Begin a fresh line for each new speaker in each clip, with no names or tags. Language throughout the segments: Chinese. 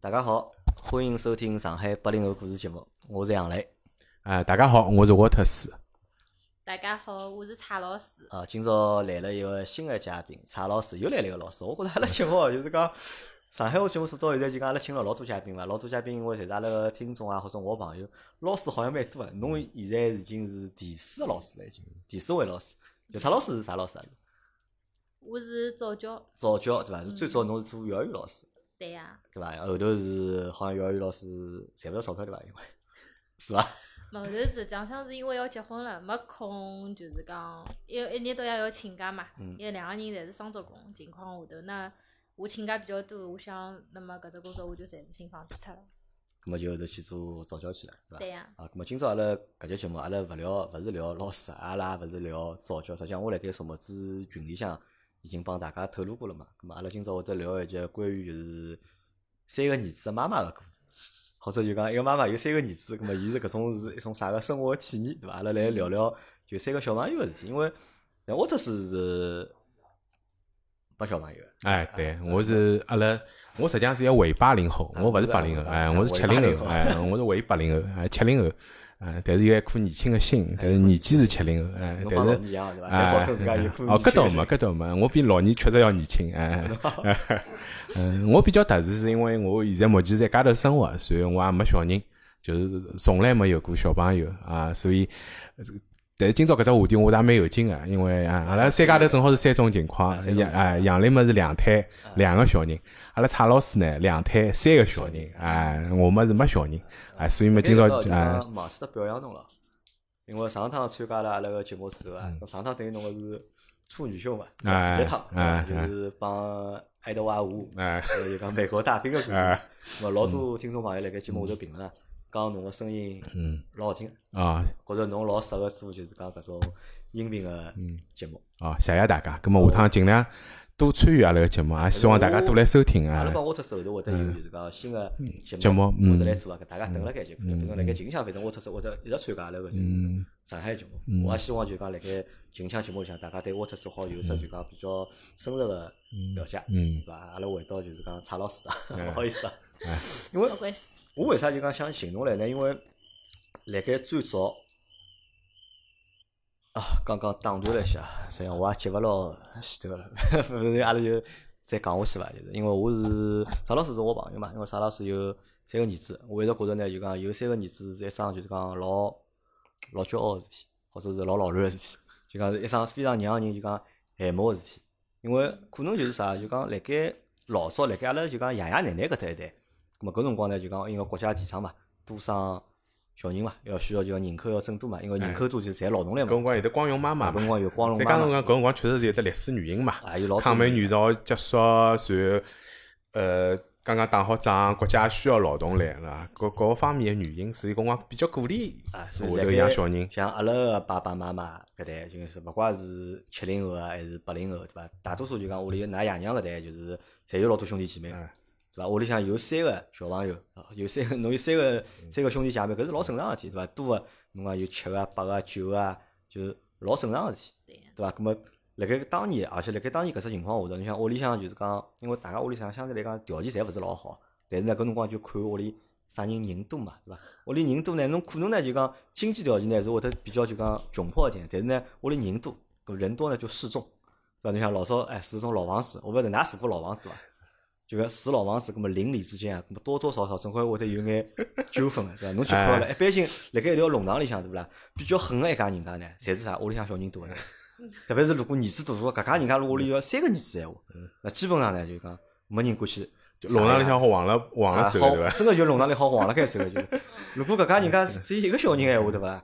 大家好，欢迎收听上海八零后故事节目，我是杨磊。
啊、大家好，我是沃特斯。
大家好，我是蔡老师。
啊，今朝来了一位新的嘉宾，蔡老师又来了一个老师。我觉着阿拉节目哦 就是讲上海话节目做到现在，就讲阿拉请了老多嘉宾嘛，老多嘉宾因为侪是阿拉个听众啊，或者我朋友，老师好像蛮多的。啊侬现在已经是第四个老师了，已经第四位老师。就蔡老师是啥老师啊？
我是早教，
早教对伐？
嗯
最早侬是做幼儿园老师
对呀、
对伐？后头是好像幼儿园老师赚勿到钞票对伐？因为是伐？
后头实际上是因为要结婚了，没空，就是讲一一年到夜要请假嘛，
嗯
因为两个人侪是双职工情况下头，那我请假比较多，我想那么搿只工作我就暂时先放弃脱了。
咁么就后头去做早教去了对伐
对？呀、
啊，咁么今朝阿拉搿节节目，阿拉勿聊，勿是聊老师，阿拉也勿是聊早教。实际上，我辣盖什么子群里向已经帮大家透露过了嘛。咁啊么阿拉今朝会得聊一节关于就是三个儿子的妈妈个故事，或者就讲一个妈妈有三个儿子，咁么啊伊是搿种是一种啥个生活体验，对伐？阿拉来聊聊就三个小朋友个事体，因为像我特是是没小朋友的，
哎，对，我是阿拉，我实际上是一个伪八零后，
啊
我勿是八零后，
是啊
哎，
啊
我是
伪
七零
80
后，
后
哎，我是伪八零后，哎，七零后，哎，但是有一颗年轻的心，但是年纪是七零后，哎
哎侬，帮老
但是
年一样对伐？侪
哎
号称自家有
哦，搿倒没，搿倒没，我比老年确实要年 轻，哎，嗯，我比较特殊是因为我现在目前在家头生活，所以我也没小人，就是从来没有过小朋友啊，所以。但是今朝搿只话题我也蛮有劲个，因为啊，阿拉三家头正好是三种情况
啊三，种
杨啊杨磊么是两胎两个小人，阿拉蔡老师呢两胎三个小人，哎，我么是没小人，哎，所以么今朝啊
啊，忘记得表扬侬了，因为上趟参加了阿拉个节目之后啊，上趟等于侬个是处女秀嘛，对吧
嗯哎
直接趟，对吧
哎
就
哎
是帮爱德华五，
哎
还有讲美国大兵个故事
哎，
咾老多听众朋友辣盖节目下头评论啊，讲侬个声音
嗯
老好听，
啊
觉着侬老适合做就是讲搿种音频个节目。
哦，谢谢大家。咁么下趟尽量多参与阿拉个节目，也啊希望大家多来收听
哦阿拉
啊。
帮沃特斯后头会得有就是讲新个
节目嗯
会得来做啊，搿大家等辣盖就，反正辣盖近腔，反正沃特斯会得一直参加阿拉个
嗯
就是上海节目。我也希望就讲辣盖近腔节目里向，大家对沃特斯好有只就讲比较深入个了解，
嗯
对伐？阿拉回到就是讲蔡老师啊，
哎
勿好意思啊，
没关系，
我为啥就讲想寻侬来呢？因为辣盖最早啊，刚刚打断了一下，实际上我也接勿牢前头了， 勿是阿拉就再讲下去伐？就是因为我是沙老师是我朋友嘛，因为沙老师有三个儿子，我一直觉着呢，就讲有三个儿子是一桩就是讲老老骄傲个事体，或者是老老卵个事体，就讲是一桩非常让人就讲羡慕个事体。因为可能就是啥，就讲辣盖老早辣盖阿拉就讲爷爷奶奶搿搭一代，咁么搿辰光呢，就讲因为国家提倡嘛，多生小人嘛，要需要就讲人口要增多嘛，因为人口多就侪劳动力
搿辰
嘛，
光有得光荣妈妈
搿辰
嘛，
光有光荣
再
妈
加上
妈，
讲搿辰光确实是有得历史原因嘛，
啊有老多
抗美援朝结束，然后呃刚刚打好仗，国家需要劳动力啦，各各方面的原因，所以搿辰光比较鼓励
啊，
下
所
头
以
养小人。
像阿拉个爸爸妈妈搿代，就是勿怪是七零后啊，还是八零后，对伐？大多数就讲屋里㑚爷娘搿代，就是侪有老多兄弟姐妹，
哎
对伐？屋里向有三个小朋友，啊有三个，侬有三个
嗯
三个兄弟姐妹，搿是老正常个事体，对伐？多个侬讲有七个、八个、九个啊，就是老正常个事体。
对呀、
对伐？咁么辣盖当年，而且辣盖当年搿只情况下头，你像屋里向就是讲，因为大家屋里向相对来讲条件侪勿是老好，但是呢，搿辰光就看屋里啥人人多嘛，对伐？屋里人多呢，侬可能呢就讲经济条件呢是会得比较就讲窘迫一点，但是呢屋里人多，搿人多呢就适中，对伐？你像老早哎住种老房子，我勿晓得㑚住过老房子伐？就讲住老房子，葛么邻里之间啊，葛么多多少少总归会得有眼纠纷啊个，对伐？侬去看
哎
了，一般性辣盖一条弄堂里向，对勿啦？比较狠个一家人家呢，侪是啥？屋里向小人多个。特别是如果儿子多，如果搿家人家如果屋里要三个儿子闲话，那基本上呢就讲没人过去
就弄堂里向好往了往
啊
了走了，对
好
伐？
真个就弄堂里好晃了该走了， 就是。如果搿家人家只有一个小人闲话，对伐？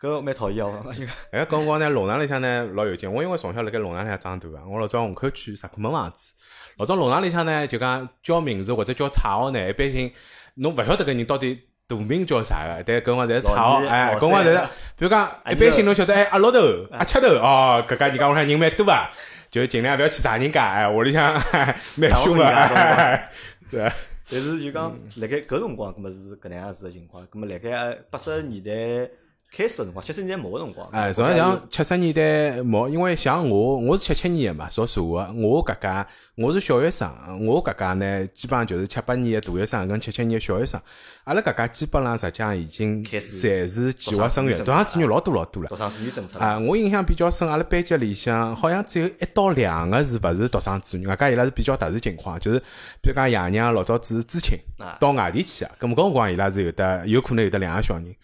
搿蛮讨厌哦， 就讲
哎，搿辰光呢，弄堂里向呢老有劲。我因为从小辣盖弄堂里向长大啊，我老早虹口区石库门房子。老早弄堂里向呢，就讲叫名字或者叫绰号呢，一般性侬勿晓得搿人到底大名叫啥个，但搿辰光侪是绰
老
号。
二
哎，
老
搿辰光侪是
三，
比如讲
阿
一般
六
性侬晓得，哎，阿老头、
嗯
阿七头，哦，搿家人家屋里向人蛮多啊，就尽量勿要去踩人家，哎，屋里向 蛮凶个，
打屋里向啊
哎对伐。嗯
但是就讲辣盖搿辰光，葛么是搿能样子个情况。葛么辣盖八十年代开始个辰光，七十年代末个辰光，
哎，实
实
际
际
上七十年代末，因为像我，我是七七年的嘛，属蛇的。我搿家我是小学生，我搿家呢，基本上就是七八年的大学生跟七七年的小学生。阿拉搿家基本上实际上已经
开始
侪是计划生育，
独
独生
生
子
子
女
女
老多老多了
独。生子女政策
啊，我印象比较深，阿拉班级里向好像只有一到两个是勿是独生子女，外加伊拉是比较特殊情况，就是比如讲爷娘老早子是知青
啊，
到外地去啊，咁么搿辰光伊拉是有的，有可能有的两个小人。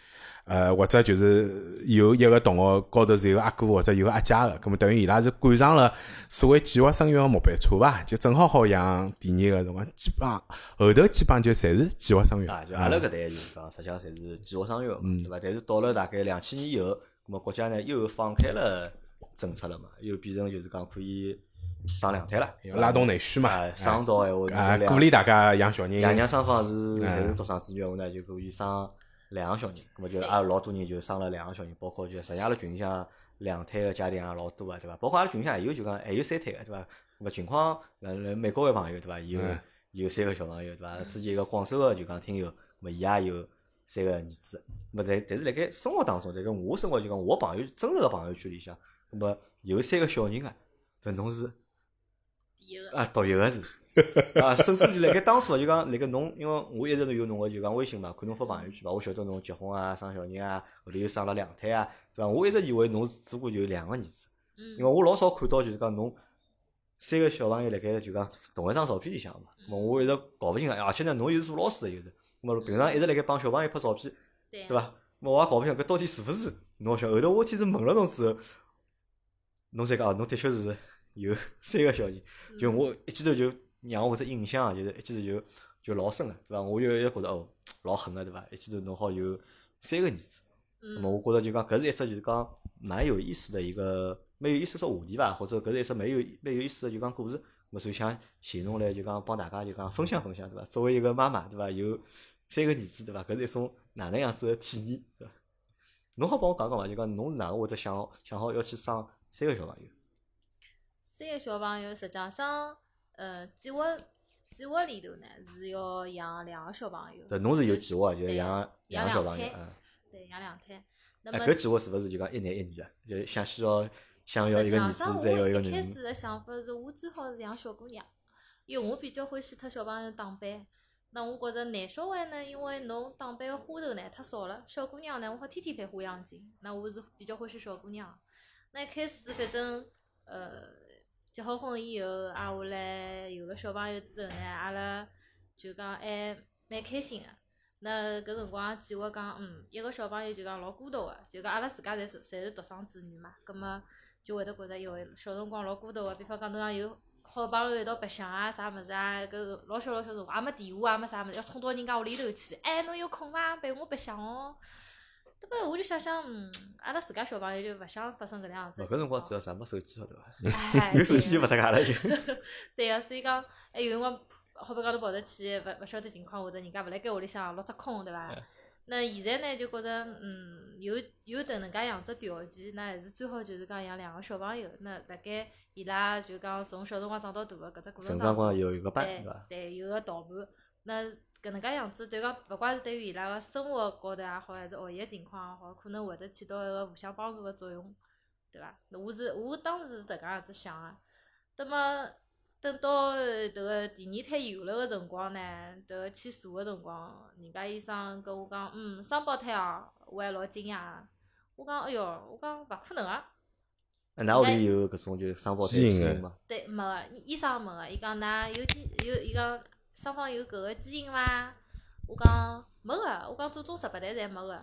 呃，或者就是有一个同学高头是有阿哥或者有阿姐的，咁么等于伊拉是赶上了所谓计划生育个末班车伐？就正好好养第二个辰光，基本上后头基本上就侪是计划生育
啊，就阿拉搿代就是讲，实际上侪是计划生育个
嗯
嘛，对伐？但是到了大概两千年以后，咁么国家呢又放开了政策了嘛，又变成就是讲可以生两胎了，对伐
拉动内需嘛，哎
啊，生到闲话
啊，
就是两
鼓励大家养小人，
爷娘双方是侪是独生子女，我呢就可以生两个小人，咁么就阿拉啊老多人就生了两个小人，包括就实际上阿拉群里向两胎个家庭也老多啊，对伐？包括阿拉群里向还有就讲还有三胎个，对伐？咁么情况，呃，美国个朋友对伐？伊有
嗯
伊有三个小朋友对伐？之前一个广州个就讲听友，咁么伊也有三个儿子，咁么但但是辣盖生活当中，辣盖我生活就讲我朋友真实个朋友圈里向，咁么有三个小人啊，搿侬是
第一个，
啊，独一个是。啊，甚至就辣盖当初啊就讲辣盖侬，因为我一直都有侬个就讲微信嘛，看侬发朋友圈嘛，我晓得侬结婚啊、生小人啊，后头又生了两胎啊，对伐？我一直以为侬只不过就有两个儿子，因为
嗯，
我老少看到就是讲侬三个小朋友辣盖就讲同一张照片里向嘛，咾么我一直搞勿清啊爽，而且呢侬又是做老师的又是，咾么平常一直辣盖帮小朋友拍照片，
对
对伐？咾我也搞勿清搿到底是勿是侬晓得后头我天是问了侬之后，侬才讲哦，侬的确是有三个小人，
嗯
就我一记头就让我搿只印象啊就是一记头就就老深个，对伐？我就一直觉着哦，老狠个对伐？一记头侬好有三个儿子，那
嗯
么我觉着就讲搿是一只就是讲蛮有意思的一个蛮有意思的话题伐，或者搿是一只蛮有蛮有意思的就讲故事。咾所以想寻侬来就讲帮大家就讲分享分享对伐？作为一个妈妈对伐，有三个儿子对伐？搿是一种哪能样子的体验对伐？侬好帮我讲讲伐？就讲侬是哪能会得想好想好要去生三个小朋友？
三个小朋友实际上，呃，计划计划里头呢是要养两个小朋友，
对，侬是有
就
计划就是
对
养
养
个小
两
朋友
胎
啊？
对养两胎。那
哎，
么
搿计划是勿是就讲一男一女啊？就想先要想要
实
一
际
个儿
上
子，再要一个
我一
女
开
儿。
始的想法是我最好是养小姑娘，因为我比较欢喜脱小朋友打扮。那我觉着男小孩呢，因为侬打扮个花头呢太少了，小姑娘呢，我好天天配花样镜。那我是比较欢喜小姑娘。那一开始反正呃结好婚以后，啊后来有了小朋友之后呢，阿拉就讲还蛮开心个、那搿辰光计划讲，嗯，一个小朋友就讲老孤独个、就讲阿拉自家侪是侪是独生子女嘛，葛末就会得觉着，哟，小辰光老孤独个、比方讲侬讲有好朋友一道白相啊，啥物事啊，搿个老小老小辰光也没电话啊，也没啥物事，要冲到人家屋里头去，哎，侬有空伐？陪我白相哦。迭么我就想想，嗯，阿拉自家小朋友就勿想发生搿能样子
勿哦搿
的情况。
辰光主要是 没手机了对伐？
哎
有手机就
对
勿搭界了就。
对个、所以讲，哎，有辰光好比讲侬跑得去，勿勿晓得情况下头，人家勿辣盖屋里向落只空，对
嗯
伐？那现在呢，就觉着，嗯，有有迭能介样子条件，那还是最好就是讲养两个小朋友。那辣盖伊拉就讲从小辰光长到大个搿只过程
成长
当中
光，有一个伴
对
对伐？
对，有个同伴。那搿能介样子，对讲，勿怪是对于伊拉个生活高头也好，还是学习情况也好，可能会得起到一个互相帮助个作用，对伐？那我是我当时是迭个样子想个、那么等到呃迭个第二胎有了个辰光呢，迭个去查个辰光，人家医生跟我讲，嗯，双胞胎啊，我还老惊讶的。我讲，哎哟，我讲勿可能啊！
那㑚屋里有搿种就是双胞胎
基因
基
的
因吗？
对，没个，医医生没个，伊讲㑚有基有，伊讲双方有搿个基因伐？我讲没个，我讲祖宗十八代侪没个。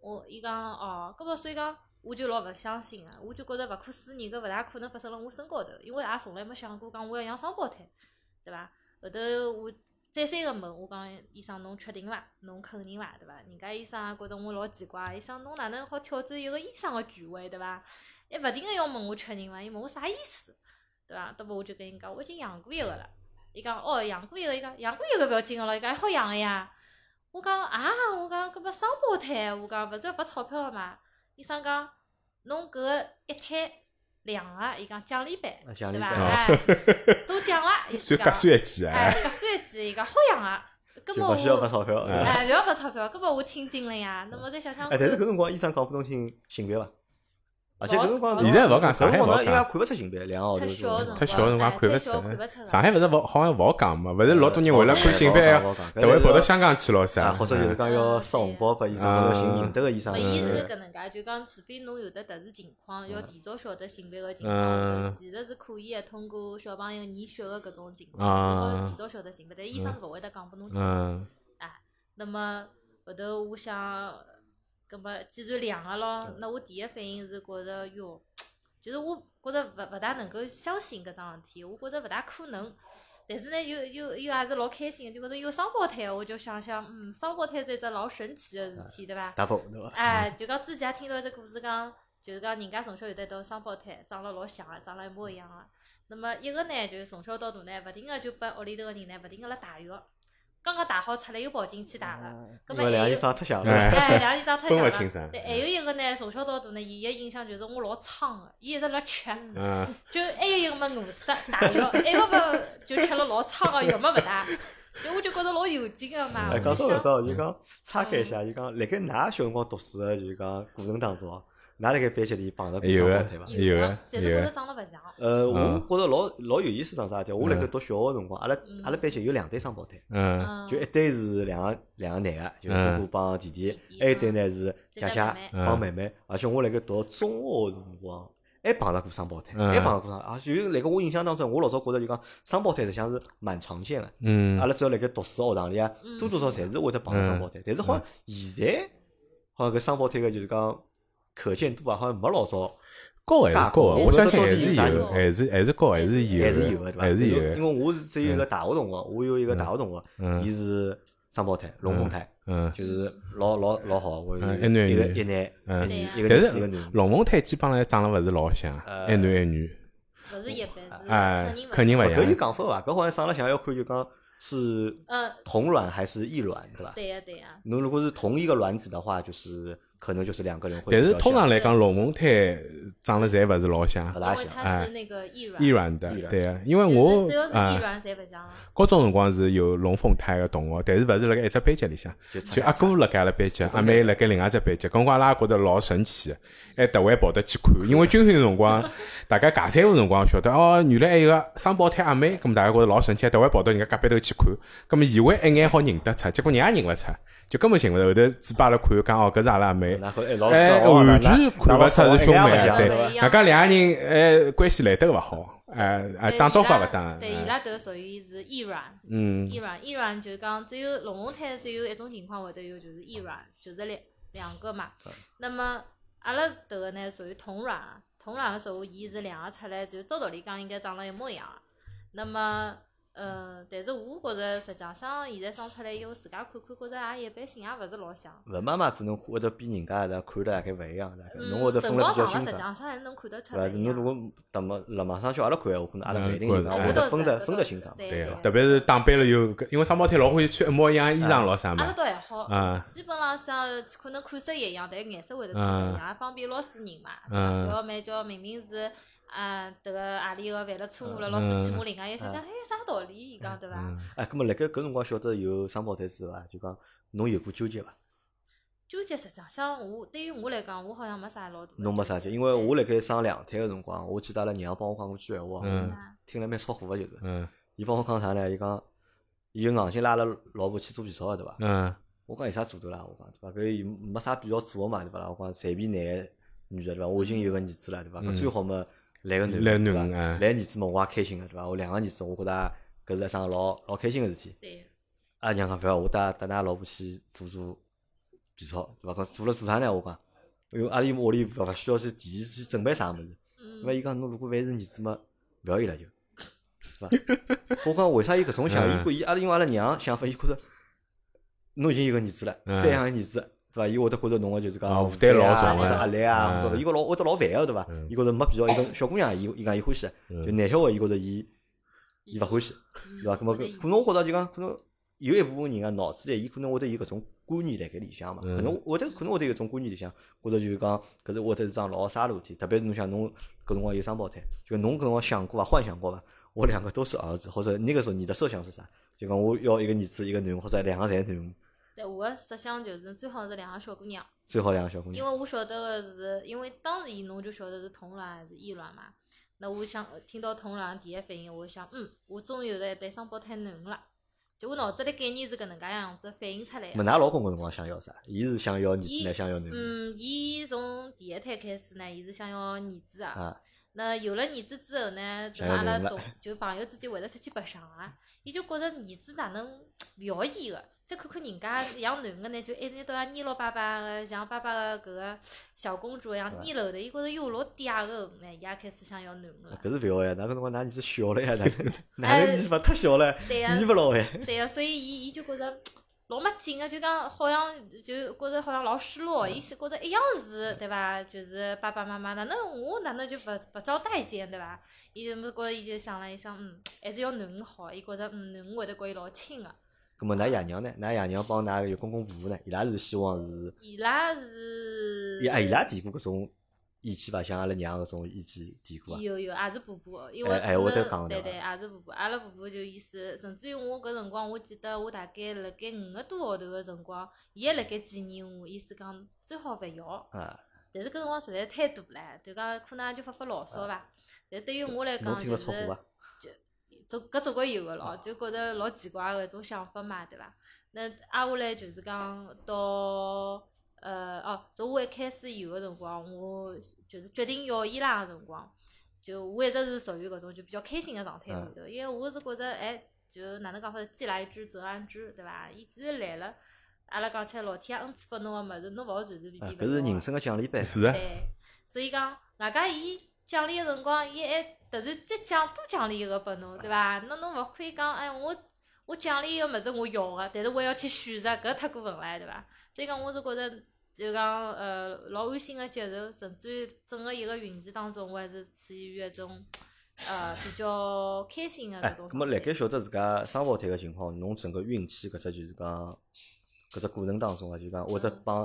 我伊讲哦，搿么所以讲我就老勿相信个、啊我就觉着勿可思议，搿勿大可能发生辣我身高头，因为也从来没想过讲我要养双胞胎，对伐？后头我再三个问，我讲医生侬确定伐？侬肯定伐？对伐？人家医生也觉着我老奇怪，医生侬哪能好挑战一个医生个权威，对伐？还勿停个要问我确认伐？伊问我啥意思，对伐？那么我就跟伊讲，我已经养过一个了。伊讲哦，养过一个，伊讲养过一个勿要紧个咯，伊讲还好养个呀。我讲啊，我讲搿么双胞胎，我讲勿是要拨钞票个嘛？医生讲侬搿个一胎两个，伊讲奖励版，
啊奖励
对伐？
版
哦
哎，中奖了，伊
算
讲
隔。算一记啊
哎，。搿算一记，伊讲好养啊。搿
就
么
勿需要
我
拨钞票。对伐
哎，勿要拨钞票，搿么我听进了呀。那么再想想，
哎，但是搿辰光医生讲不能听性别伐？而且搿辰光
现在勿
好讲
搿
上海
辰光
勿好
侬应该
讲
看勿出性别，两个号头
太
左
小
右。
的辰
太小的辰光
哎
看
太
勿
小看勿出
出。
来
上海勿是勿好像勿好讲嘛，勿是老多人为了看性别
哎
要
勿好讲勿好讲
特会跑到香港去咯啥
啊，？或者就是讲要塞红包拨医生，或者
啊
寻认得个医生
么
之
伊
类
是
的。
搿能介，就讲除非侬有得特殊情况，要提早晓得性别个情
嗯
况，其实是可以的。通过小朋友验血个搿种情况，
啊
最好提早晓得性别，但医生是勿会得讲拨侬听。
嗯
那么后头我想，葛么既然两个咯，那我第一反应是觉着哟，就是我觉着勿勿大能够相信搿桩事体，我觉着勿大可能。但是呢，又又又还是老开心的，就觉着有双胞胎，我就想想，嗯，双胞胎是一只老神奇的事体，对伐？
打包对伐？
哎，就讲之前听到一只故事，讲就是讲人家从小有得一对双胞胎，长了老像个，长了一模一样个、那么一个呢，就是从小到大呢，勿停个就拨屋里头个人呢，勿停个辣汏浴，刚刚汏好出来又跑进去汏了。
啊
搿
因
么
为两
还
个医
有
生太像
哎
了。
哎，两个人长太
分
像
勿
了
清噻。
对，还有一个呢，从小到大呢，伊个印象就是我老苍个，伊一直辣吃，
嗯，
就还有一个么饿死了汏浴，还有个么哎就吃了老苍哎个，浴么勿汏，就我就觉着老有劲个嘛。
哎，讲
我就
到搿搭，
想
就讲岔开一下，就讲辣盖㑚小辰光读书个，就是讲过程当中啊，㑚辣盖班级里碰着过
有
双
个
胞胎伐？
有
个
个，
啊但是
有啊
觉着
个，
长得勿像。
呃，我
嗯
觉着老老有意思桩啥事体？我辣盖
嗯
读小学个辰光，阿拉
嗯
阿拉班级有两对双胞胎，
嗯
嗯
就一对是两个两个男个，就是
嗯
哥哥帮弟弟
弟，弟
还有一对呢是姐姐
姐姐妹
妹
帮妹妹。而且我辣盖读中学个辰光，还碰着过双胞胎，
嗯
还碰着过双，而且辣盖我印象当中，我老早觉着就讲双胞胎实际上是蛮常见个。阿
嗯，
拉只要辣盖读书学堂里啊，
嗯
多多少少侪是会得碰到双
嗯
胞胎，但是好像现在好像搿双胞胎个就是讲可见度啊，好像没老早，
高还是高个，我相信还是
大
有，还是还是高，还是有，
还是有个对伐？
还是
因为因
有，
为我是只有一个大学同学，我有一个大学同学，
嗯
伊是双胞胎，龙凤胎，
嗯。
就是老老老好，我
嗯
一
一男一
一个
女
一男
嗯
一女，
对
一个
但
男一
是
个女。
龙凤胎基本上长得勿是老像，
呃
一男一女，
勿是一般，是
哎
肯定，勿
肯定勿一
搿有
样。
讲法伐？搿好像上了想要看就讲是
嗯，
同卵还是异卵，对伐？
对呀对呀，
侬如果是同一个卵子的话，就是可能就是两个人会比
但
较
是
像。
通常来讲，龙凤胎长得侪勿是老像
勿，
因
大
为
像。啊
它是那个易软，
易哎软的
易，软
对啊，因为
就是
我
只要是易
啊，
软侪勿像。
高中辰光是有龙凤胎个同学，但是勿是辣盖一只班级里向，
就
就阿哥辣盖阿拉班级，阿妹辣盖另外一只班级，搿辰光阿拉也觉得老神奇的，还特会跑得去看，因为军训辰光，大家尬三胡辰光晓得哦，原来还有个双胞胎阿妹，搿么大家觉得老神奇，还特会跑到人家隔壁头去看，搿么以为一眼好认得出，结果人也认勿出，就根本寻勿着，后头只把阿拉看讲哦，搿是阿拉阿妹。
然后哎，老师
哎，
哦
完全
那
看勿出是兄妹啊！对
那老师，
外加两个人哎关系来得勿好，哎哎
对
打招呼也
伊拉
勿打，
对，伊
哎
拉都属于是易软，
嗯
易软，易软就是讲只有龙凤胎只有一种情况会得有，就是易软，就是两两个嘛。
哎
那么阿拉迭个呢属于同卵啊，同卵的时候伊是两个出来，就照道理讲应该长了一模一样啊。那么呃，但是我觉着实际上现在生出来以后，自家看看觉着也一般性，也勿是老像。
文妈妈可能会得比人家的看得大概勿一样，大概
嗯，
侬会得分
辰
得
光
比较
长了，
清
实
爽
际，上还是能看得出
对伐？
来的
侬
呀。
如果等么辣马上叫阿拉看闲话，可能阿拉
嗯
勿一定
觉
认
得
得，
哎
会
觉
得
得
分
是
得
觉
分得
得是
清爽。
对
对
呀
特别是打扮了以后，搿因为双胞胎老欢喜穿一模一样的衣裳咯啥
阿拉
嘛，
倒还好，
啊
基本浪向可能款式也一样，但颜色会得区
嗯
别一样，也方便老师认嘛。勿
嗯
要蛮叫明明是啊，迭个阿里个犯了错误
嗯
了，老师去骂另外一个，想想哎啥道理？伊讲对伐？
嗯，
哎，葛么辣盖搿辰光晓得有双胞胎之后啊，就讲侬有过纠结伐？
纠结实际上，我对于我来讲，我好像没啥老大的。
侬没啥纠，因为我辣盖生两胎个辰光，我记得阿拉娘帮我讲过句闲话，
嗯
我听了蛮超火个，就是
嗯
伊帮我讲啥呢？伊讲伊就硬性拉阿拉老婆去做 B 超个，对伐？
嗯
我讲有啥做头啦？我讲对伐？搿伊没啥必要做个嘛，对伐？啦？我讲随便男个女个对伐？我已经有个儿子了，对伐？
嗯
搿最好嘛来个男个
来
对伐
男个哎
来儿子嘛我也开心个对伐？我两个儿子我觉得搿是一桩老老开心个事体。
对，
阿拉娘啊讲勿要，我带带㑚老婆去做做 B 超，对伐？讲做了做啥呢？我讲，因为阿拉屋里勿勿需要去提前去准备啥物事。那么
嗯，
伊讲侬如果万是儿子嘛，勿要伊了就，是伐？我讲为啥伊搿种想法？
嗯
伊觉伊阿拉因为阿拉娘想法，伊觉着侬已经有个儿子了，
嗯
再养个儿子，对伐？伊会得觉着侬个就是
啊
讲
负担老
重
重
或者压
啊
力啊，
嗯
或者伊觉着老会得老烦个，对伐？伊觉着没必要。伊讲小姑娘，伊伊讲伊欢喜，就男小孩伊觉着伊伊勿欢喜，对伐？搿么搿可能我觉着就讲可能。有一部分人个脑子里，伊可能会得有搿种观念辣盖里向嘛，
嗯
可能会得可能会得有种观念里向，或者就是讲搿是会得是桩老傻事体，特别是侬想侬搿辰光有双胞胎，就侬搿辰光想过伐，幻想过伐？我两个都是儿子，或者那个时候你的设想是啥？就讲我要一个儿子一个囡，或者两个侪囡，
但我个设想就是最好是两个小姑娘，
最好两个小姑
因
娘。
为我晓得个是，因为当时伊侬就晓得是同卵还是异卵嘛。那我想听到同卵第一反应，我想嗯，我终于有了一对双胞胎囡了。结果脑子里概念是搿能介样子反映出来的
么，。㑚老公搿辰光想要啥？伊是想要儿子，呢，
伊
想要囡儿
嗯，伊从第一胎开始呢，伊是想要儿子啊。
啊？
那有了儿子之后呢，就
想要
阿拉
人了
同就朋友之间会得出去白相啊。伊就觉着儿子哪能嗯勿要伊个，再看看人家像男个呢，就一直到啊捏牢爸爸个，像爸爸个搿个小公主一样
啊
捏牢的，伊觉着哟老嗲个，哎，伊也开始想要男个了。
搿是勿要呀，㑚搿辰光㑚儿子小了呀，哪能哪
哎
能儿子勿太小了，
对呀、
儿勿老哎。
对个，所以伊伊就觉着老没劲啊个，就讲好像就觉着好像老失落，
嗯
伊是觉着一样是，对伐？就是爸爸妈妈哪能我哪能就勿勿招待见，对伐？伊就么觉着伊就想了，伊想嗯，还是要囡儿好，伊觉着嗯囡儿会得觉伊老亲啊
葛
个。
末㑚爷娘呢？㑚爷娘帮㑚有公公婆婆呢？伊拉是希望是，
伊拉是
伊啊伊拉提过搿种意见伐？像阿拉娘搿种意见提过伐？
有有，也是婆婆，因
哎
为可
哎我都
能
讲
对
对
对，也是婆婆。阿拉婆婆就意思，甚至于我搿辰光，我记得我大概辣盖五个多号头个辰光，伊还辣盖建议我，意思讲最好勿要。
啊，
但是搿辰光实在太大了，就讲可能也就发发牢骚伐。但对于我来
啊侬
讲，
听
就
了
是
出火啊伐？
总搿总归有个咯，就觉着老奇怪个一种想法嘛，对伐？那挨下来就是讲到呃哦，从我一开始有个辰光，我就是决定要伊拉个辰光，就我一直是属于搿种就比较开心个状态
啊
下头，因为我是觉着哎，就哪能讲法，既来之则安之，对伐？伊既然来了，阿拉讲起来老天爷恩赐拨侬个物事，侬勿好随随便
啊，
便
搿
勿
是
要
人
啊
生个奖励呗。
嗯是的，
对，所以讲，外加伊奖励个辰光，伊还突然再奖多奖励一个拨侬，对伐？那侬勿可以讲，哎，我我奖励个物事我要个，但是我还要去选择，搿太过分了，对伐？所以讲，我是觉着就讲呃老安心个接受，甚至于整个一个孕期当中，我还是处于一种呃比较开心个
哎
搿，种
葛末
状
辣盖
态。
晓得自家双胞胎个情况，侬整个孕期搿只就是讲搿只过程当中啊，就讲会得
嗯
帮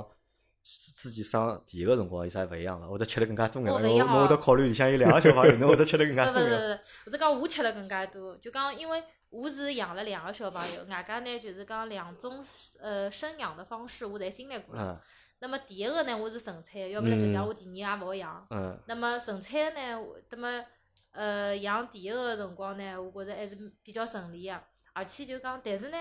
自自己生第一个辰光有啥勿一样伐？会得吃了更加多眼
哦
伐，
勿
因为
一样
侬会得考虑里向有两个小朋 友，侬会得吃了更
勿勿勿
加多眼伐。
勿，或者讲我吃了更加多，就讲因为我是养了两个小朋友，外加呢就是讲两种呃生养的方式我侪经历过了。
嗯
那么第一个呢，我是顺产的，要不然实际上我第二个也勿好养。
嗯，
那么顺产呢，我那么呃养第一个的辰光呢，我觉着还是比较顺利个，而且就讲，但是呢，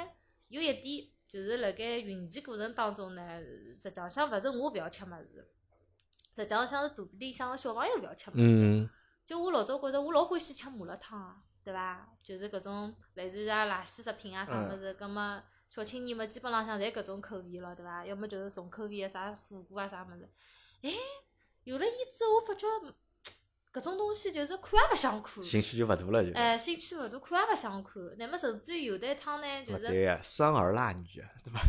有一点就是辣盖孕期过程当中呢，实际上向勿是我勿要吃物事，实际上向是肚皮里向个小朋友勿要吃物事。
嗯，
就我老早觉着我老欢喜吃麻辣烫啊，对伐？就是搿种类似于啊垃圾食品啊啥物事，葛末小青年们基本浪向侪搿种口味咯，对伐？要么就是重口味个啥火锅啊啥物事。哎，有了伊之后，我发觉嗯搿种东西就是看也勿想看，
兴趣就勿大了就。
哎，兴趣勿大，看也勿想看。乃末甚至于有的一趟呢，就
勿
是
对呀，酸儿辣女，啊对伐？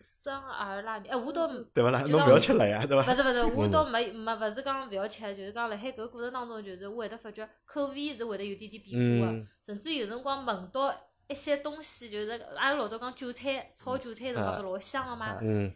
生儿拉面，哎，我倒
对勿啦？
就
侬
讲
勿要吃辣呀，对
勿
伐？
是勿是，我倒没没勿是讲勿要吃，就是讲辣海搿过程当中，就是我会得发觉口味是会得有点点变化个
嗯，
甚至有辰光闻到一些东西，就是阿拉老早讲韭菜炒韭菜辰光
啊
是老香个嘛
啊。
嗯，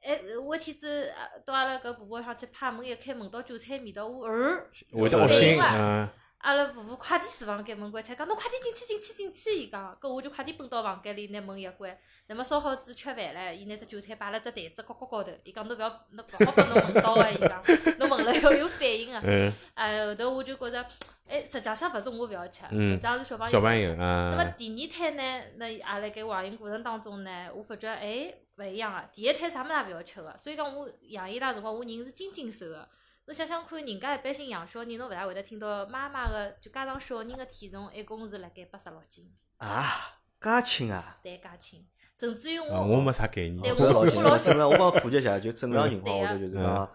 哎，我一天子啊到阿拉搿婆婆上去拍门一开，闻到韭菜味道，我呃，
会得
得恶
恶
心
心
啊
啊，
阿拉婆婆快点厨房间门关起来，讲侬快点进去进去进去，伊讲，搿我就快点奔到房间里拿门一关，那么烧好子吃饭唻，伊拿只韭菜摆辣只台子角角高头，伊讲侬勿要侬勿好拨侬闻到啊，伊讲，侬闻了要有反应啊。
嗯，
哎，后头我就觉着，哎，实际上勿是我勿要吃，
嗯
实际上是小朋友
小
勿要
朋
吃
友
那么
啊，
第二胎呢，那也辣盖怀孕过程当中呢，我发觉哎勿一样啊。第一胎啥物事也勿要吃个，所以讲我养伊拉辰光，我人是精精瘦个。侬想想看，人家一般性养小人，侬勿大会得听到妈妈个就加上小人个体重，一共是辣盖八十六斤，
啊，介轻啊！
对，介轻。甚至于
啊，
我
我没啥概念
对，
我
我
老紧
我老
张，正常我帮普及一下，就正常情况
嗯
下头就是
对
讲，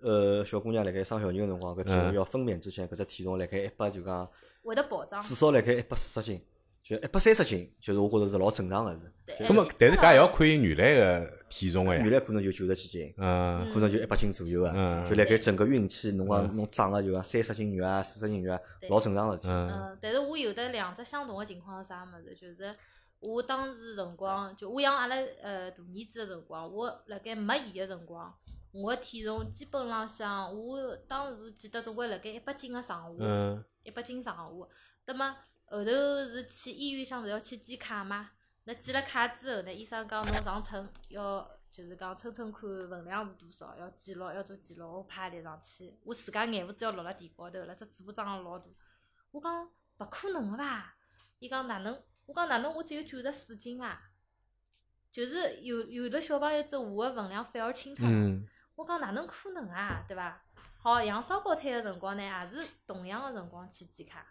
呃，小姑娘辣盖生小人个辰光，搿体重
嗯
要分娩之前，搿只体重辣盖一百就讲
会得暴涨。
至少辣盖一百四十斤，就一百三十斤，就是我觉着是老正常个是。
对
那么嗯啊但是搿也 要看伊原来个体重个呀
原，来可能就九十几斤，
嗯
可能就一百斤左右啊。
嗯
就辣盖整个孕期，侬讲侬长个就讲三十斤肉啊、四十斤肉啊，
对
老正常个事体。
嗯
嗯，但是我有的两只相同的情况是啥物事？就是我当时辰光，就我养阿拉呃大儿子的辰光，我辣盖没伊的辰光，我的体重基本浪向，我当时记得总归辣盖一百斤的上下，
嗯
一百斤上下。那么后头是去医院想是要去检卡嘛，那检了卡之后呢，医生讲侬上称要就是讲称称看分量是多少，要记录，要做记录，我拍立上去，我自家眼珠子要落辣地高头了，只嘴巴张了老大，我讲勿可能个伐？伊讲哪能？我讲哪能？我只有九十四斤啊！就是有有的小朋友只下个分量反而轻脱了。
嗯
我讲哪能可能啊，对伐？好，杨烧烤摊个辰光呢，也是同样个辰光去检卡。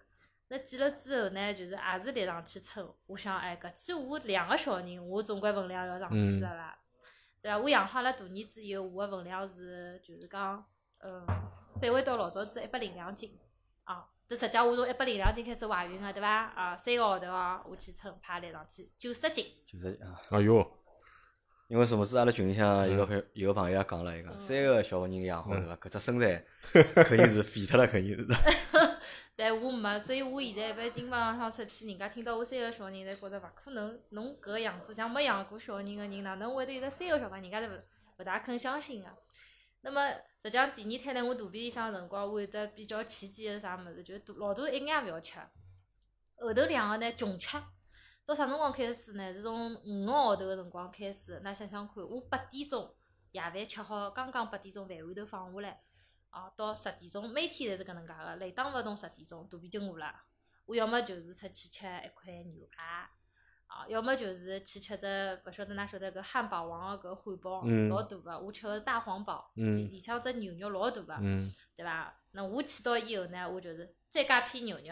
那检了之后呢，就是也是立上去称。我想，哎，搿次我两个小人，我总归分量要上去了啦，对伐？我养好了大儿子以后，我个分量是就是讲，嗯，返回到老早子一百零两斤啊。这实际我从一百零两斤开始怀孕个，对伐？啊，三个号头啊，我去称，啪立上去九十斤。
就是啊，
哎哟，
因为什么事？阿拉群里
嗯
向有个朋友有个朋友也讲了，伊讲
嗯
三个小人养好对伐？搿只身材肯定是肥脱了，肯定是。
但我没，所以我现在一般经常上出去，人家听到我三个小人，侪觉着勿可能，侬搿样子像没养过小人个人，哪能会得有得三个小朋友？人家侪勿勿大肯相信个、啊那么实际上第二胎来我肚皮里向个辰光，我有得比较奇迹个啥物事，就是肚老大一眼勿要吃，后头两个呢穷吃。到啥辰光开始呢？是从五个号头个辰光开始。㑚想想看，我八点钟夜饭吃好，刚刚八点钟饭碗头放下来，哦，到十点钟，每天侪是搿能介个，累打勿动十点钟，肚皮就饿了。我要么就是出去吃一块牛排，啊，要么就是去吃只勿晓得㑚晓得搿汉堡王个搿汉堡，
嗯
老大个，我吃个大黄堡，
嗯
里向只牛肉老大个，
嗯
对伐？那我去到以后呢，我就是再加片牛肉，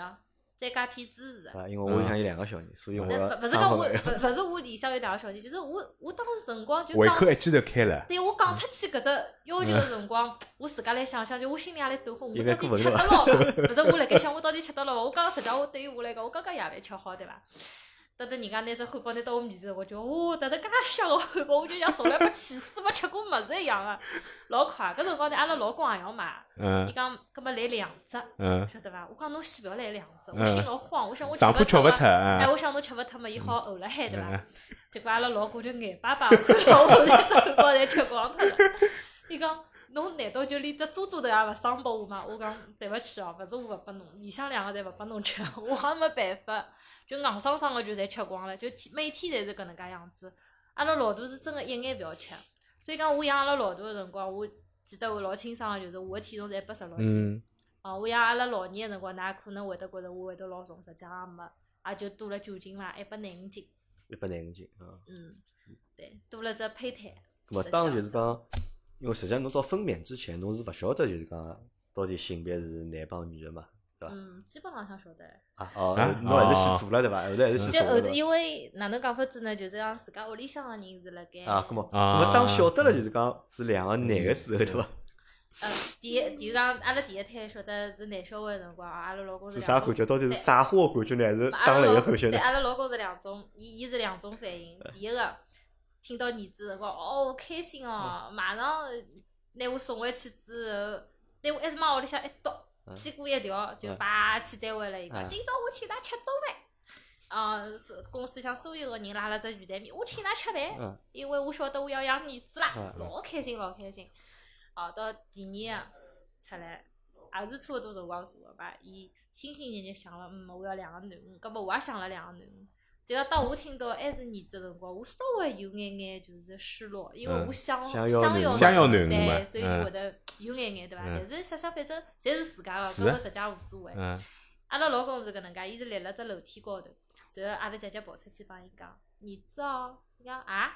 再加片芝士个。
啊，因为我里向有两个小人，所以我要
但勿勿是
上
讲
分
我
了
勿勿是我里向有两个小人，就是我我当时辰光就
胃
讲
口一记头开了，
对我讲出去搿只要求个辰光，我自家来想想，就我心里也来抖慌，我
有眼
到底
过分
吃得
了
牢伐？勿是我辣盖想，我到底吃得牢伐？我刚实际上我对于我来讲，我刚刚夜饭吃好对伐？得得人家拿只汉堡拿到我面前，我就哦，哪能介香个汉堡？我就像从来没去试、没吃过物事一样个，老快。搿辰光呢，阿拉老公也要买，伊
嗯
讲搿么来两只，
嗯，
晓得伐？我讲侬先勿要来两只，我
嗯
心老慌，我想我
上
吃
铺吃
勿
勿
脱
脱
哎，
啊，
我想侬吃勿脱嘛，伊好呕了海对伐
嗯？
结果阿拉老公就眼巴 巴看我在这包侪吃光脱了。伊讲侬难道就连只猪猪头也勿生拨我吗？我讲对勿起哦，勿是我勿拨侬，里向两个侪勿拨侬吃， 我也没办法，就硬生生个就侪吃光了，就天每天侪是搿能介样子。阿拉老大是真个一眼勿要吃，所以讲我养阿拉老大个辰光，我记得我老清爽个就是我个体重才八十六斤。
嗯
哦，我养阿拉老二个辰光，㑚可能会得觉着我会得老重，实际上也没，也就多了九斤伐，一百廿五斤。
一百廿五斤啊。
嗯，对，多了只胚胎。
咁么
实际
当
上
就是讲，因为实际上侬到分娩之前，侬是勿晓得就是讲到底性别是男帮女的嘛，对伐？
嗯，基本浪向晓得。
啊哦
啊，
侬还是先
哦
做了对伐？后头还是先
嗯就
做
后
了
头，
对伐？
因为哪能讲法子呢？就是让自家屋里向个人是辣盖。
啊，咁么，咁
啊
么当晓得了就是讲是两个男个之后对伐？
呃，第一，就讲阿拉第一胎晓得是男小孩个辰光，阿拉老公
是
两
啥
种
感觉？到底是
嗯对
撒花的感觉呢，还是
阿
打
拉
雷
老
的
公
感觉
对，啊
呢？
阿拉老公是两种，伊伊是两种反 应。第一个听到儿子辰光，哦，开心哦，
嗯
马上拿我送回去之后，拿我一直往屋里向一倒，
嗯
屁股一调就
嗯
叭去单位了。伊讲
嗯
今朝我请㑚吃中饭。啊，是公司里向所有个人拉了只聚餐面，我请㑚吃饭，
嗯，
因为我晓得我要养儿子啦
啊
嗯，嗯
老开心老开心。哦，到第二个出来，也是差勿多辰光做个吧。伊心心念念想了，嗯，我要两个囡恩，搿么我也想了两个囡恩。就要当我听到还是儿子辰光，我稍微有眼眼就是失落，因为
嗯
我想
想要
想
囡
要
恩
想要囡恩嘛
对，所以就
嗯
会得有眼眼对伐？
嗯
但是想想反正侪是自家个，
是
搿
的
个实际也无所谓。
嗯
阿拉老公是搿能介，伊是立辣只楼梯高头，然后阿拉姐姐跑出去帮伊讲：“儿子哦，伊讲啊，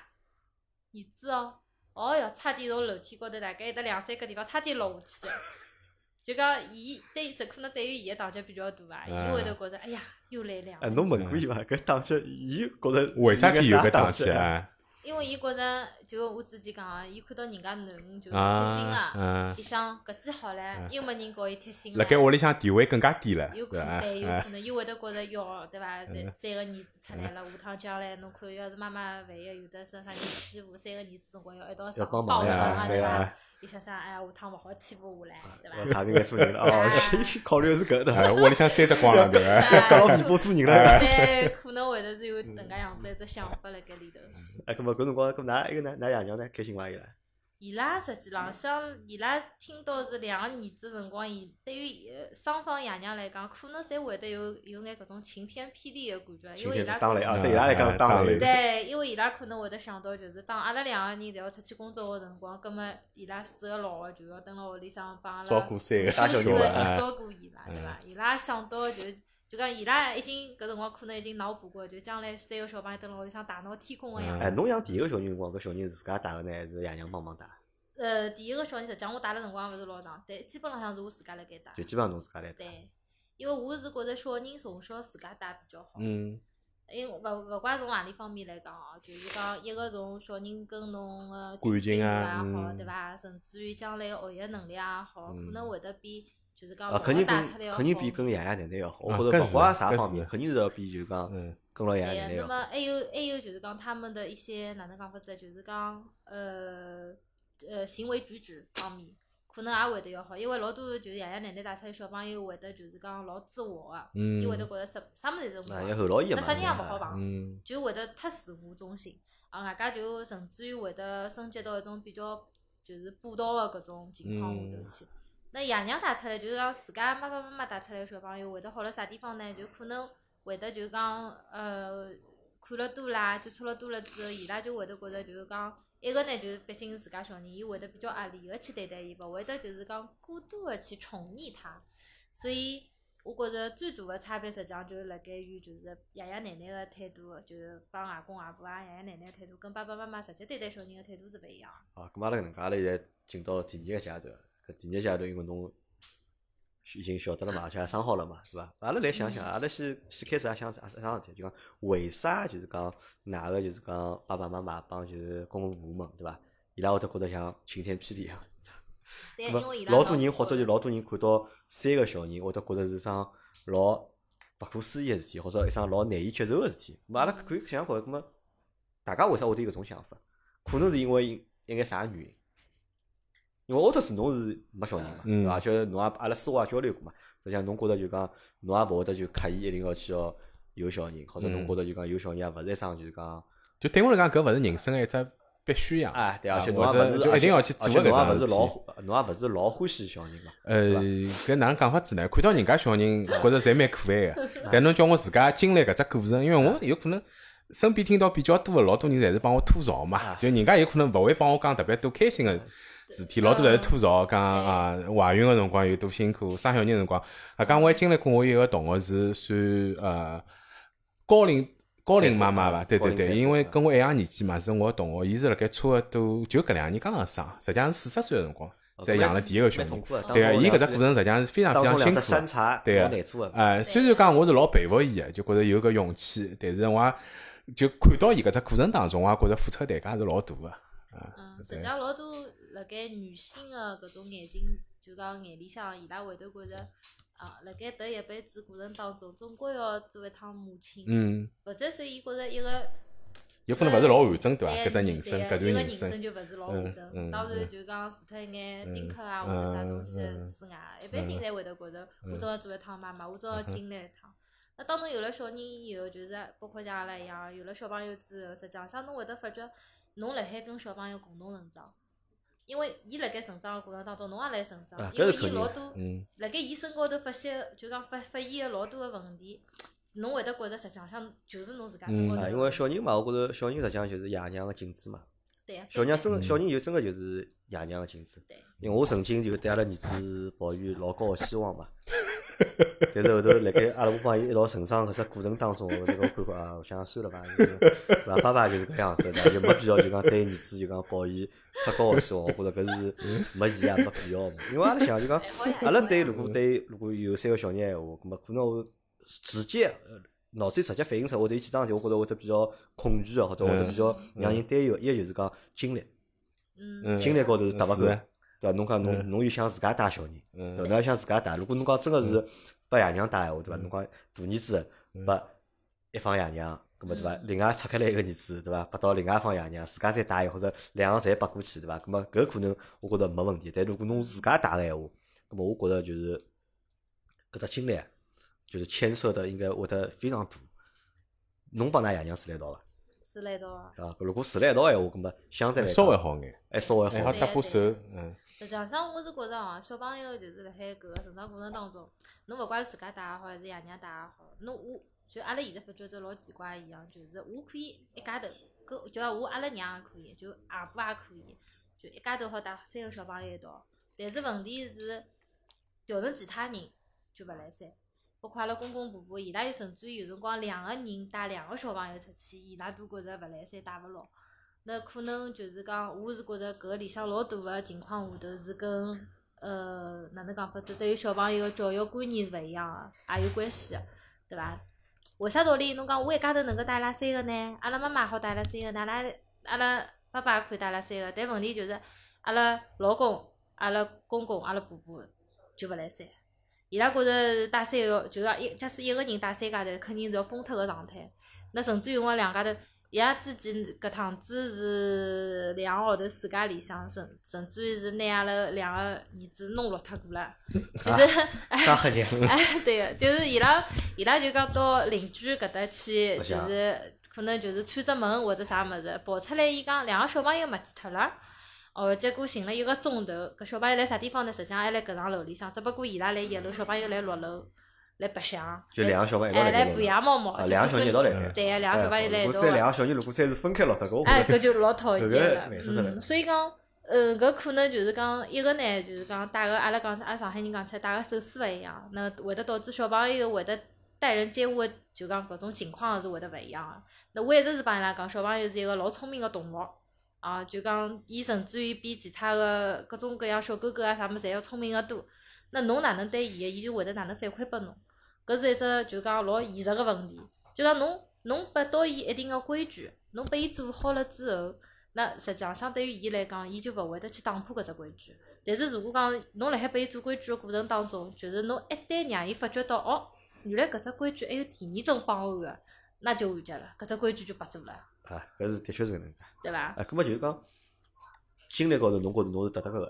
儿子哦，哦哟，差点从楼梯高头大概有得两三个地方差点落下去了。”就讲伊对，这可能对于伊个打击比较大伐，伊会得觉着哎呀，又来两
哎，
个，
侬问过伊伐？搿打击，伊觉着
为啥体有
个
个档
击
期？啊？
因为伊觉着就我之前讲个，伊看到人家囡恩就贴心
啊
个，
嗯，
伊想搿记好唻，
嗯
又没人教伊贴心
辣
了。
盖屋里向地位更加低了，
有可
对
能，哎
伐？
对，有
哎
嗯
可能，伊会得觉着哟，对
嗯
伐？三三个儿子出来了，下趟将来侬看，要是妈妈万一有的身上有欺负，三个儿子总归要一道上
要帮
报
忙
仇
呀
啊，
对
对伐
呀？啊
伊想想，哎呀，下趟勿好欺负我唻，对
要
伐？
太平眼做人了 哦，先考虑的是搿个对伐
哎，屋里向三只光了，对伐？
哎
搞到尾巴做人 了。嗯
对，哎可能会得是有迭个样子一只想法辣盖里头。
哎，搿么搿辰光，搿么㑚一个呢？㑚爷娘呢？开心伐伊拉？
伊拉实际浪向，伊拉听到是两个儿子辰光，伊对于呃双方爷娘来讲，可能侪会得有有眼搿种晴天霹雳的感觉，因
晴
为伊
天
拉
打雷啊，
嗯
对伊拉来讲是打
嗯
雷。
对，因为伊拉可能会得想到，就是当阿拉两个人侪要出去工作的辰光，葛末伊拉四个老个就要蹲辣屋里向帮阿拉
照顾三个
大
小
小
亲
小小
自
孩
的
去
哎
照顾伊拉，对伐？伊拉想到就就讲伊拉已经搿辰光可能已经脑补过，就将来三个小朋友蹲辣屋里向大闹天宫个样
哎，
嗯
子。
侬养第一个小人辰光，搿小人是自家带个呢，还是爷娘帮忙带？
呃，第一个小人实际上我带了辰光也勿是老长，但基本浪向是我自家辣盖带。
就基本上侬自家来带。
对，因为我是觉着小人从小自家带比较好。
嗯，
因为勿勿怪从何里方面来讲哦，就是讲一个从小人跟侬个
感情
也
啊
好，
嗯
对伐？甚至于将来个学习能力也啊好，可能会得比就是讲
嗯啊，肯定
带
跟
出来个
肯定
好
比跟爷爷奶奶要好。我
啊
觉
搿
着勿
是
管啥
搿
方
是
面，肯定是要比就讲
嗯
跟牢爷爷
对
奶
呀
奶，
那
要
么
好。
还有还有就是讲他们的一些哪能讲法子，就是讲呃呃行为举止方面，可能也会得要好，因为老多就是爷爷奶奶带出来小朋友会得就是讲老自我个，
嗯
伊会得觉着啥啥物事侪是
啊，要
我的，
后牢伊个
那
嘛。
啥人也
对
勿好
吧
碰，
嗯
就会得太自我中心，啊，外加就甚至于会得升级到一种比较就是霸道的搿种情况下头去。那爷娘带出来就是讲自家妈爸妈妈带出来个小朋友，会得好了啥地方呢？就可能会得就讲呃看了多啦，接触了多了之后，伊拉就会得觉着就是呃讲。一个呢，就是毕竟是自家小人，伊会得比较合理个去对待伊，勿会得就是讲过度个去宠溺他。所以我觉着最大的差别实际上就是辣盖于就是呃爷爷奶奶的态度，就是帮外公外婆啊、爷爷奶奶的态度，跟爸爸妈妈直接对待小人的态度是勿一样的。
啊，咁阿拉搿能介，阿拉现在进到第二个阶段，搿第二个阶段因为侬已经晓得了嘛，而且也生好了嘛，是伐？阿拉来想想，啊阿拉先先开始也想啥啥事体，就讲为啥就是讲哪个就是讲爸爸妈妈帮就是公公婆婆们，对伐？伊拉会得觉得像晴天霹雳一样。
对，
咾
因为伊拉
老多人或者就
觉得
老多人看到三个小人，会得觉得是桩老不可思议个事体，或者一桩老难以接受个事体。咾阿拉
嗯
可以想觉，咾么大家为啥会得有搿种想法？可能是因为一一眼啥原因？因为奥特斯侬是没小人嘛，
嗯
对伐？而且侬也阿拉私下也交流过嘛，实际上侬觉得就讲侬也勿会得就刻意一定要去要有小人，或者侬
嗯
觉得就讲有小人也勿是一桩就是讲。
就对我来讲，搿勿是人生的一只必须呀。
啊，对，而且
啊
侬也
或
勿
者
是，
就
而
一定
且
要去
而
做
且
搿
侬
桩
也勿
事
是
体
老，侬也勿是老欢喜小人嘛。
呃，搿哪能讲法子呢？看到人家小人，觉着侪蛮可爱 个，但侬叫我自家经历搿只过程，因为我有可能身边听到比较多个老多人侪是帮我吐槽嘛，
啊
就人家有可能勿会帮我讲特别多开心个事体，老多侪是吐槽讲啊怀孕个辰光有多辛苦，生小人个辰光，啊，讲我还经历过我有个同学是算呃高龄。高龄妈妈吧，对对
高龄产
对，
妇
因为
啊
跟我一样年纪嘛，是我同学，伊是辣盖差勿多就搿两年刚刚生，实际上是四十岁个辰光
哦
才养了第一个小
蛮
人
痛，苦的。
对啊，
当中
伊搿只
两
过程实际上是非常
当
非
中
常
两
辛
只
苦
山
的。
茶，
对啊
老难做的。
哎，虽然讲我是老佩服伊个，就觉着有搿勇气，但是我也就看到伊搿只过程当中，我也觉着付出代价是老大个。
嗯，实际上老多辣盖女性的搿种眼睛，就讲眼里向，伊拉会得觉着啊，辣盖迭一辈子过程当中，总归要做一趟母亲。
嗯，
或者所以伊觉着一个哎
有可能勿是老完整对伐？
对啊
搿只人生，搿段
一个人
人
生
生，
就勿是老
嗯
完整，
嗯
当然
嗯
就讲除脱一眼丁克
嗯
啊或者啥东
嗯
西
嗯嗯
之外，一般性侪会得觉着我总要做一趟妈妈，我总要经历一趟。那当侬有了小人以后，就是包括像阿拉一样，有了小朋友之后，实际上像侬会得发觉，侬辣海跟小朋友共同成长，因为伊辣盖成长个过程当中，侬也辣成长
啊，
因
搿
为
是肯
伊
定
老
的
多
嗯
辣盖伊身高头发现，就讲发发现个老多个问题，侬会得觉着实际上就是侬自家身高头
啊，
嗯
的
因
问
为
题
小人嘛，我觉着小人实际上就是爷娘个镜子嘛。
对啊
小人真
嗯
的小人就真个就是爷娘个镜子。
对。
因为我曾经就对阿拉儿子抱有老高个期 望嘛，但是后头辣盖阿拉帮伊一道成长搿只过程当中，那个我看看啊，我想算了吧，就是对伐？爸爸就是搿样子的，就没必要就讲对儿子就讲抱有太高个期望，我觉着搿是没意义啊也没必要嘛。因为阿拉想就讲，阿拉对如果对如果有三个小人闲话，咁么可能我直接呃脑子里直接反映出我对有几桩事体，我觉着会得比较恐惧啊个，或者会得比较让人担忧。一个就是讲精力，
嗯，
嗯，
精力高头是达勿
是
够的对
的。
伐？侬讲侬
嗯
侬又想自家带小人，
嗯
对伐？侬也想自家带。如果侬讲真个是拨爷娘带闲话，对伐？侬讲大儿子拨一方爷娘，葛末对伐
嗯？
另外拆开来一个儿子，对伐？拨到另外一方爷娘，自家再带一个或者两个侪拨过去，对伐？葛末搿可能我觉着没问题。但如果侬自家带个闲话，葛末我觉着就是搿只精力就是牵涉的应该会得非常大。侬帮㑚爷娘住辣一道伐？
住辣一道啊。
啊，如果住辣一道闲话，葛末相对来
稍微
讲
好眼，
还哎稍微
还
好
好
一
搭
点。
把手，嗯，
实际上，我是觉着哦，小朋友就是辣海搿个成长过程当中，侬勿管是自家带也好，还是爷娘带也好，侬我就阿拉现在发觉着老奇怪一样，就是我可以一家头，搿就讲我阿拉娘也可以，就阿婆也可以，就一家头好带三个小朋友一道。但是问题是，调成其他人就勿来三。包括阿拉公公婆婆，伊拉有甚至于有辰光两个人带两个小朋友出去，伊拉都觉着勿来三，带勿牢。那可能就是讲，我是觉着搿里向老大个情况下头是跟呃哪能讲法子，对于小朋友个教育观念是勿一样个，也有关系个，对伐？为啥道理？侬讲我一家头能够带阿拉三个呢？阿拉妈妈也好带阿拉三个，阿拉阿拉爸爸也可以带阿拉三个，但问题就是阿拉老公、阿拉公公、阿拉婆婆就勿来三。伊拉觉着带三个，就是讲一，假使一个人带三家头，肯定是要疯脱个状态。那甚至有辰光两家头，伊拉之间搿趟子是两个号头暑假里向，甚甚至于是拿阿拉两个儿子弄落脱过 了，就是。
啥黑人？
哎，对个，就是伊拉伊拉就讲到邻居搿搭
白
去，就
相
是可能就是串只门或者啥物事，跑出来伊讲两个小朋友没见脱了。哦，结果寻了一个钟头，搿小朋友辣啥地方呢？实际上还辣搿幢楼里向，只不过伊拉辣一楼，小朋友辣六楼，来白相，
就两个小朋友一道
哎，
来
来
搿
抚
种
养猫猫，
啊，
就
两个小人一道来
跟
个。
对，两个小朋友来一
哎如
道
果再两个小人，如果再是分开落脱，搿我觉
哎，
着
搿就老讨厌
搿个
了
蛮。刺激的
嗯，所以讲，呃，搿可能就是讲，一个呢，就是讲带个阿拉讲，阿拉上海人讲起来带个手势勿一样，那会得导致小朋友会得待人接物，就讲搿种情况是会得勿一样个。那我一直是帮伊拉讲，小朋友是一个老聪明个动物。啊，就讲伊甚至于比其他个各种各样小狗狗啊啥物事侪要聪明个多。那侬哪能对伊个，伊就会得哪能反馈拨侬。搿是一只就讲老现实个问题。就讲侬侬拨到伊一定个规矩，侬拨伊做好了之后，那实际上相对于伊来讲，伊就勿会得去打破搿只规矩。但是如果讲侬辣海拨伊做规矩个过程当中，就是侬一旦让伊发觉到哦，原来搿只规矩还有第二种方案个，那就完结了，搿只规矩就白做了，
啊，搿是的确是搿能介。
对伐？
啊，搿么就是讲，经历高头侬觉着侬是得得个个，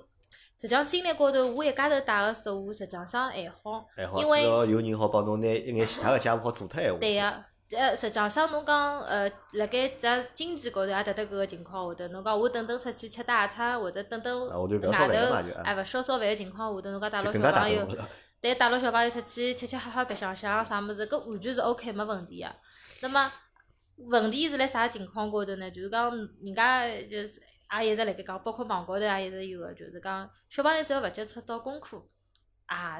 实际上经历高头，我一家头带个闲话，实际上还好，
还好，
因
只
为
要有人好帮侬拿一眼其他个家务好做脱闲话。
对个、呃，实际上侬讲，呃，辣盖只经济高头也达到搿个情况下头，侬讲我等等出去吃大餐，或者等等
啊我就不要烧饭了嘛就
头，哎，勿烧烧饭个情况下头，侬讲带
就
牢
更
小
加大
朋友
动了，
对，带牢小朋友出去吃吃喝喝、白相相啥物事，搿完全是 OK 没问题个、啊那么问题是辣啥情况高头呢？就是讲人家就是也一直辣盖讲，包括网高头也一直有个，就是讲小朋友只要勿接触到功课，啊，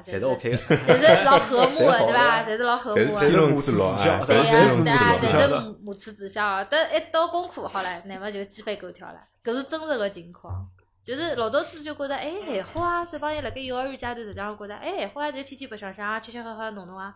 侪是
是
OK 个。
侪是老和 睦
侪
个
好
对伐？
的
侪是老和
侪
睦
是
个
天。龙之路啊，
对
对
呀
侪是
哎呀，
天龙
对
啊
之
对
路
呀。
啊，侪是母慈子孝啊。但一到功课好了，乃末就鸡飞狗跳了，搿是真实个情况。就是老早子就觉着，哎，还好啊，小朋友辣盖幼儿园阶段，实际上觉着，哎，还好啊，就天天白相相啊，吃吃喝喝弄弄啊，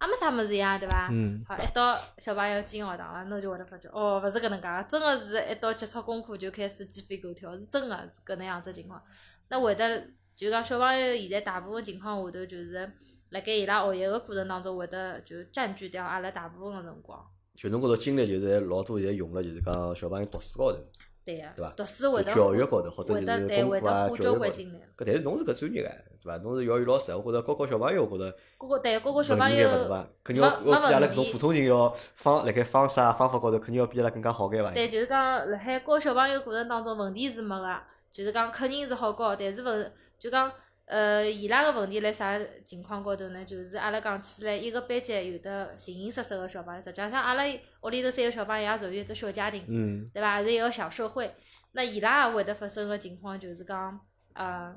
也没啥物事呀，对伐？
嗯，
好，一到小朋友进学堂了，侬就会得发觉，哦，勿是搿能介个，真个是一到接触功课就开始鸡飞狗跳，是真个是搿能样子情况。那会得就讲小朋友现在大部分情况下头就是辣盖伊拉学习个过程当中会得就占据掉阿拉大部分个辰光，
就侬觉着精力就是老多现在用了，就是讲小朋友读书高头，
对个、
对伐
读书会得
教育高头或者
会
就
得
是
对
功
会
课啊教育高
得花交
头。
关
搿
精力。
但是侬是搿专业个，对伐？侬是幼儿园老师，我觉着教教小朋友，我觉着
各个对各个小
侬
朋
应
友
该勿对伐？肯定
没
要
没
要比阿拉
问
搿种
题
普通人要方辣盖方式啊方法高头，肯定要比阿拉更加好眼伐？
对，就是讲辣海教小朋友过程当中问题是没个，就是讲肯定是好教，但是问就讲呃伊拉个问题辣啥情况高头呢？就是阿拉讲起来一个班级有的形形色色个小朋友，实际上像阿拉屋里头三个小朋友也属于一只小家庭，
嗯，
对伐？是一个小社会。那伊拉也会得发生个情况就是讲，呃，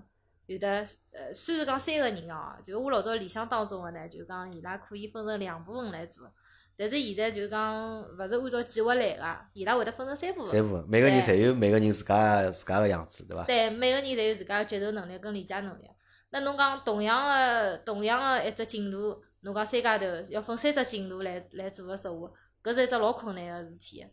有的呃，虽然讲三个人哦，就是我老早理想当中个呢，就是讲伊拉可以分成两部分来做，但是现在就是讲勿是按照计划来个，伊拉会得分成三部
三
分。
部分，每个人侪
对
有每个人自家自家个样子，对伐？
对，每个人侪有自家个接受能力跟理解能力。那侬讲同样个同样个一只进度，侬讲三家头要分三只进度来来做个说话，搿是一只老困难个事体。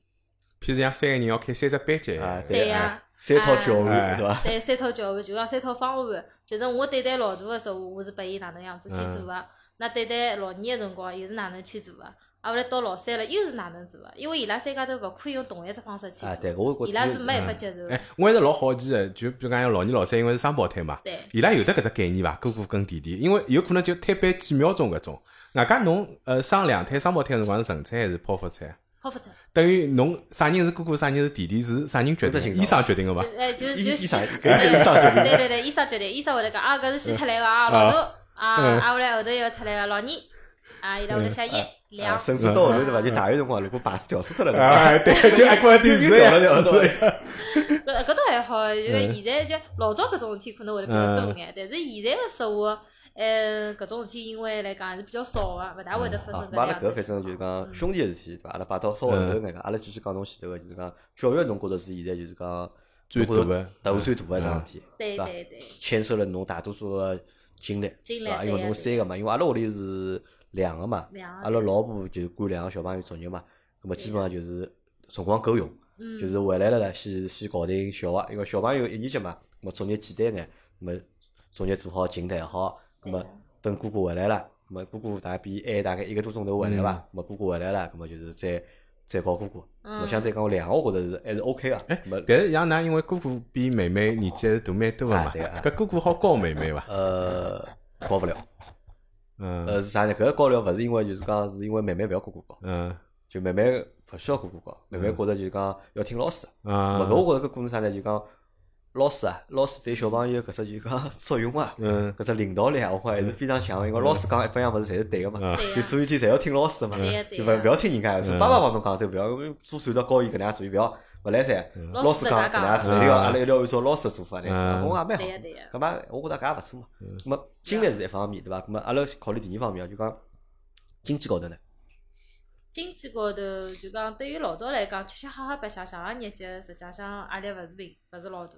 譬如像三个人要开三只班级，
啊
对
呀、
呀、
三套
啊
教育，
哎
对伐？
对三套教育，就讲三套方案。就是我对待老大个时候，我是拨伊哪能样子去做个；那对待老二个辰光，又是哪能去做个；啊，后来到老三了，又是哪能做啊个？因为伊拉三家头勿可以用同一只方式去
啊，
做，
对，我觉着
伊拉是没办法
嗯
接受的
哎。，我一直老好奇个，就比如讲像老二、老三，因为是双胞胎嘛，
对，
伊拉有得搿只概念伐？哥哥跟弟弟，因为有可能就推班几秒钟搿种。外加侬呃生两胎、双胞胎的辰光是顺产还是剖腹产？
好复杂，
等于侬啥人是哥哥，啥人是弟弟，是啥人决
都
定的？
清爽
医生决定个伐
就？哎就
医
就
医生
对
搿是医生决定
对对对，医生决定，医生会得讲啊，搿是先出来个啊，老大啊，啊，后来后头又出来个老二，啊，伊拉会得写一两
啊，，甚至到后头对伐？就大学辰光，如果排水调错 脱了，对哎伐
啊，对，就一关
又
电视
调了 调错了，
呃搿搿倒还好，就是现在就老早搿种事体可能会得比较多眼，但是现在个生活，呃，搿种事体因为来讲还是比较少个，嗯勿大会得发
啊
生，
咁阿拉搿
样子。
反正就是讲兄弟个事体，对伐？阿拉摆到稍微后头眼个，阿拉继续讲侬前头个，就是讲教育，侬觉着是现在就是讲
最
侬觉
大
得头
的
最大个一桩事体，
对
伐？
对对，
牵涉了侬大多数个经历，
经历
对伐？因
对
为
呀
侬
对
三个嘛，因为阿拉屋里是两个嘛，
两个
阿拉老婆就管两个小朋友作业嘛，那么基本上就是辰光够用，
嗯
就是回来了呢，先先搞定小个，因为小朋友一年级嘛，那么作业简单眼，那么作业做好琴弹好，那么
对的
等哥哥回来了，那么哥哥大概比晚大概一个多钟头回来吧，那么哥哥回来了，那么就是再再搞哥哥，那么
嗯
相对讲两个我觉着是还是 OK 个，那么
但是像㑚，因为哥哥比妹妹年纪还是大蛮多个
啊
嘛，
对啊
搿哥哥好教妹 妹伐？
呃搞勿了。
嗯
呃，是啥呢？搿个高粱勿是因为就是讲，是因为妹妹勿要哥哥教，
嗯
就妹妹勿需要哥哥教，妹妹觉着就是讲要听老师。勿
啊，
搿我觉着搿可能啥呢？就讲老师啊，老师对小朋友搿只就讲 作用啊，
嗯
搿只领导力啊，我觉着还是非常强的。因为老师讲一般样物事侪是对个嘛
嗯，
对
就
呀，
所有天侪要听老师的嘛，
对啊呀对
就
呀
勿勿要听人家的，是爸爸帮侬讲对，勿要做传道教伊搿能样做，伊勿要勿来三。
老
老师
师搿
讲搿
能
能样做，
讲
一定要阿拉一定要按照老师的做法来
嗯
做，我也蛮好
对。啊呀对呀，
咁嘛，我觉得搿也勿错嘛。咁么经历是一方面，对伐？咁么阿拉考虑第二方面啊，就讲经济高头呢，
经济高头就讲，对于老早来讲，吃吃喝喝白相相个日节，实际上压力勿是平，勿是老大。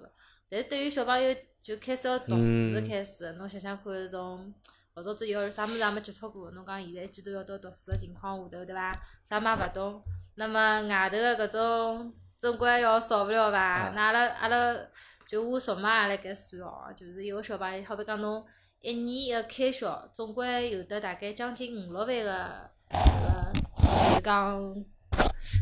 但是对于小朋友，就开始要读书
嗯
开始，侬想想看，从老早子幼儿啥物事也没接触过，侬讲现在一记头要到读书个情况下头，对伐？啥物事也勿懂，那么外头个搿种总归要少勿了
啊
伐？那阿拉阿拉就我叔妈也辣盖算哦，就是有个小朋友，好比讲侬一年个开销，总归有得大概将近五六万个呃，就是讲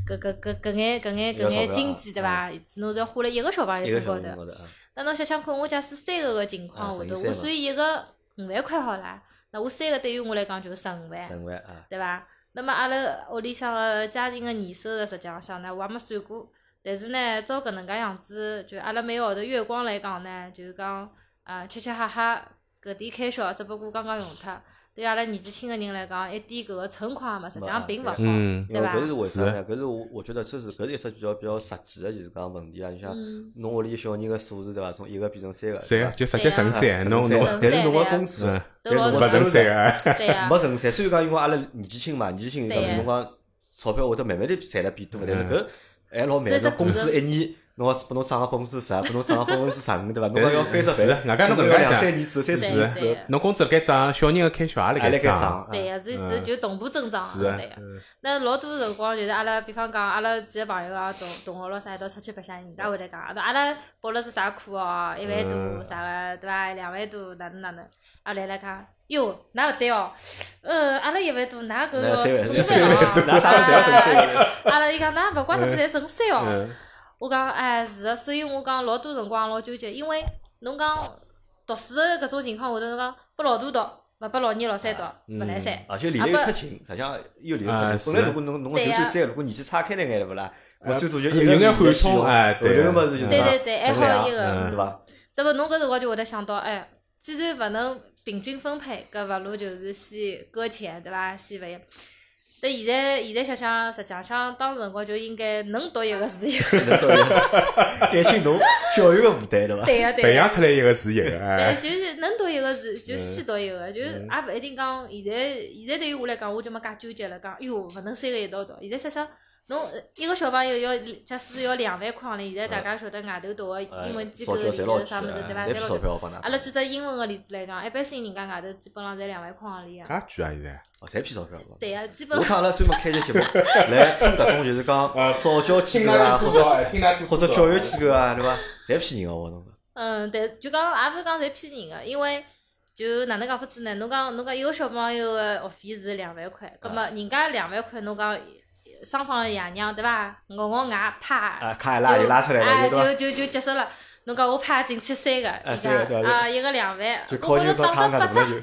搿搿搿搿眼搿眼搿眼经济对伐？侬只要花辣一个小朋友
一个
身
小
高
朋友高。
头
头啊，
那侬想想看，我假使三个个情况
啊
下
乘以
头，
三
我
嘛
算一个五万块好啦，那我三个对于我来讲就是十五
十
万，
五万啊，
对伐？那么阿拉屋里向个家庭个年收入实际浪向呢，我也没算过。但是呢，照搿能介样子，就阿拉每个号头月光来讲呢，就是讲啊吃吃喝喝搿点开销，只不过刚刚用脱。对阿拉年纪轻个人来讲，一点搿个存款嘛，实际上并勿好，
嗯
因
对
为
伐
搿？是为啥
是
呢？搿是我我觉得这是搿是一只比较比较实际的，就是讲问题啊。你像
嗯
侬屋里小人个数字对伐？从一个变成三个，
三
对
个
伐
就直接乘
啊
三，
乘
侬
三
侬
乘
但是
三
侬个
对呀
工资
嗯，
但是
都
侬
老
个
勿乘
收
三
入
啊，
对呀、
没成三，虽然讲因为阿拉年纪轻嘛，年纪轻
对呀
侬讲钞票会得慢慢的赚了变多，但是搿还老
这
慢，
是
侬工资
股
一年。侬要拨侬涨个百分之十，拨侬涨个百分之十五，对伐？侬讲要翻
是
十倍，
外加
可能
侬搿
要
样
两
想
三年之后、三四
对
年之后
对，
啊侬工资辣盖涨，小人个开销也辣
啊还辣
盖
盖
涨，
涨。
对
啊
呀、是是就同步增长
嗯是啊
对呀、那老多辰光就是阿拉，比方讲阿拉几个朋友啊，同同学咯啥一道出去白相，人家会来讲，啊阿拉报了是啥课哦，一万多
嗯
啥个对伐？两万多哪能哪能？啊来来讲，哟，㑚勿对哦，呃，阿拉一万多，㑚搿
那
要
三万
四
三
万
万多，
哦，
那啥侪要省三万。
阿拉伊讲，㑚勿管啥物事侪乘三哦。
嗯
我讲哎是的，所以我讲老多辰光老纠结，因为侬讲读书的搿种情况下头，侬讲拨老大读，勿拨老二老三读，勿来三。
而且离得又特近，实际上又离得
啊
特
是
近。本来如果侬侬
对
就
呀
算三个，如果年纪差开了眼对勿啦？我最多就
呃
一个
有眼
人
缓
去
冲
用
哎
后头
对
个么子就是
对
讲
对对，还
乘
好
两
一个
嗯，
对伐？
那么侬搿辰光就会得想到，哎，既然勿能平均分配，搿勿如就是先搁浅，对伐？先勿要。但现在现在想想，实际上当时辰光就应该能读一个是一个。
能到一个减轻侬教育个负担对伐？
对呀、对
培
呀、
养出来一个是一个，
但
哎，
就是能读一个是
嗯
就先读一个，就是也勿一定讲现在现在对于我来讲，我就没介纠结了，讲哟勿能三个一道读。现在想想，侬呃一个小朋友要假使要两万块行钿，现在大家晓得外头读个
哎
英文机构
早
里
教侪老
头
贵
啥物事对伐，
哎侪不
侪老
钞
贵。
票帮㑚
阿拉举只英文个例子来讲，一般性人家外头基本上侪两万块行钿啊。
搿句啊现在，
哦，侪骗钞票个。
对呀、基本
我看阿拉专门开一节节目来听搿种就是讲早教机构啊，或者
听他
或者教育机构啊，对伐？侪骗人个，我侬讲
嗯，但就讲也勿是讲侪骗人个，因为就哪能讲法子呢？侬讲侬讲一个小朋友个学费是两万块，葛
啊
么人家两万块，侬讲双方的爷娘对伐？咬咬牙啪，
啊，卡一拉就拉出来
哎，
了，对伐？
就就就结束了。侬讲我派进去三个，伊
三个对
讲
伐
啊一个两万，
就
我
靠
拨
近
侬
到
打
康
只
家
八
大
折
就，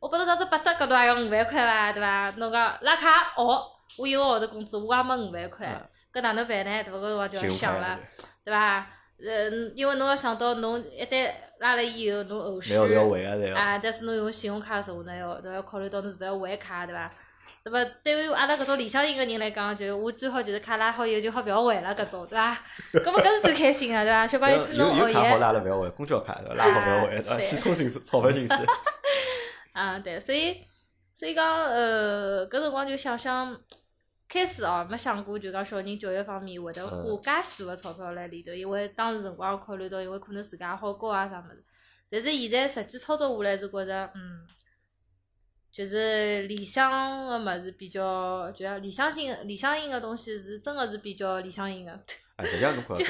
我拨侬打只八折，搿侬也要五万块伐，对伐？侬讲拉卡哦，我一个号头工资我也没五万块
嗯，
搿哪能办呢？对伐？搿辰光就要
就
想了，对伐？呃，因为侬要想到侬一旦拉了以后，侬后续
没有要还啊，对伐？
啊，假使侬用信用卡的时候，呢，要侬要考虑到侬是勿是要还卡，对伐？那么对于阿拉搿种理想型个人来讲，就是我最好就是卡拉好以后就好勿要还了搿种，对 伐？搿么搿是最开心个，对伐？小朋友哦
有
记侬
有
学
有卡好
习
拉了勿要还，公交卡对伐拉好勿要还，对伐
对
先啊充进去钞票进去，
啊，对，所以所以讲呃，搿辰光就想想，开始哦没想过就讲小人教育方面会得
嗯
花介许多个钞票辣里头，因为当时辰光考虑到，因为可能自家也好教啊啥物事，但是现在实际操作下来是觉着嗯。就是理想个物事比较，就像理想性、理想型个东西是真个是比较理想型个。
啊，实际上侬看到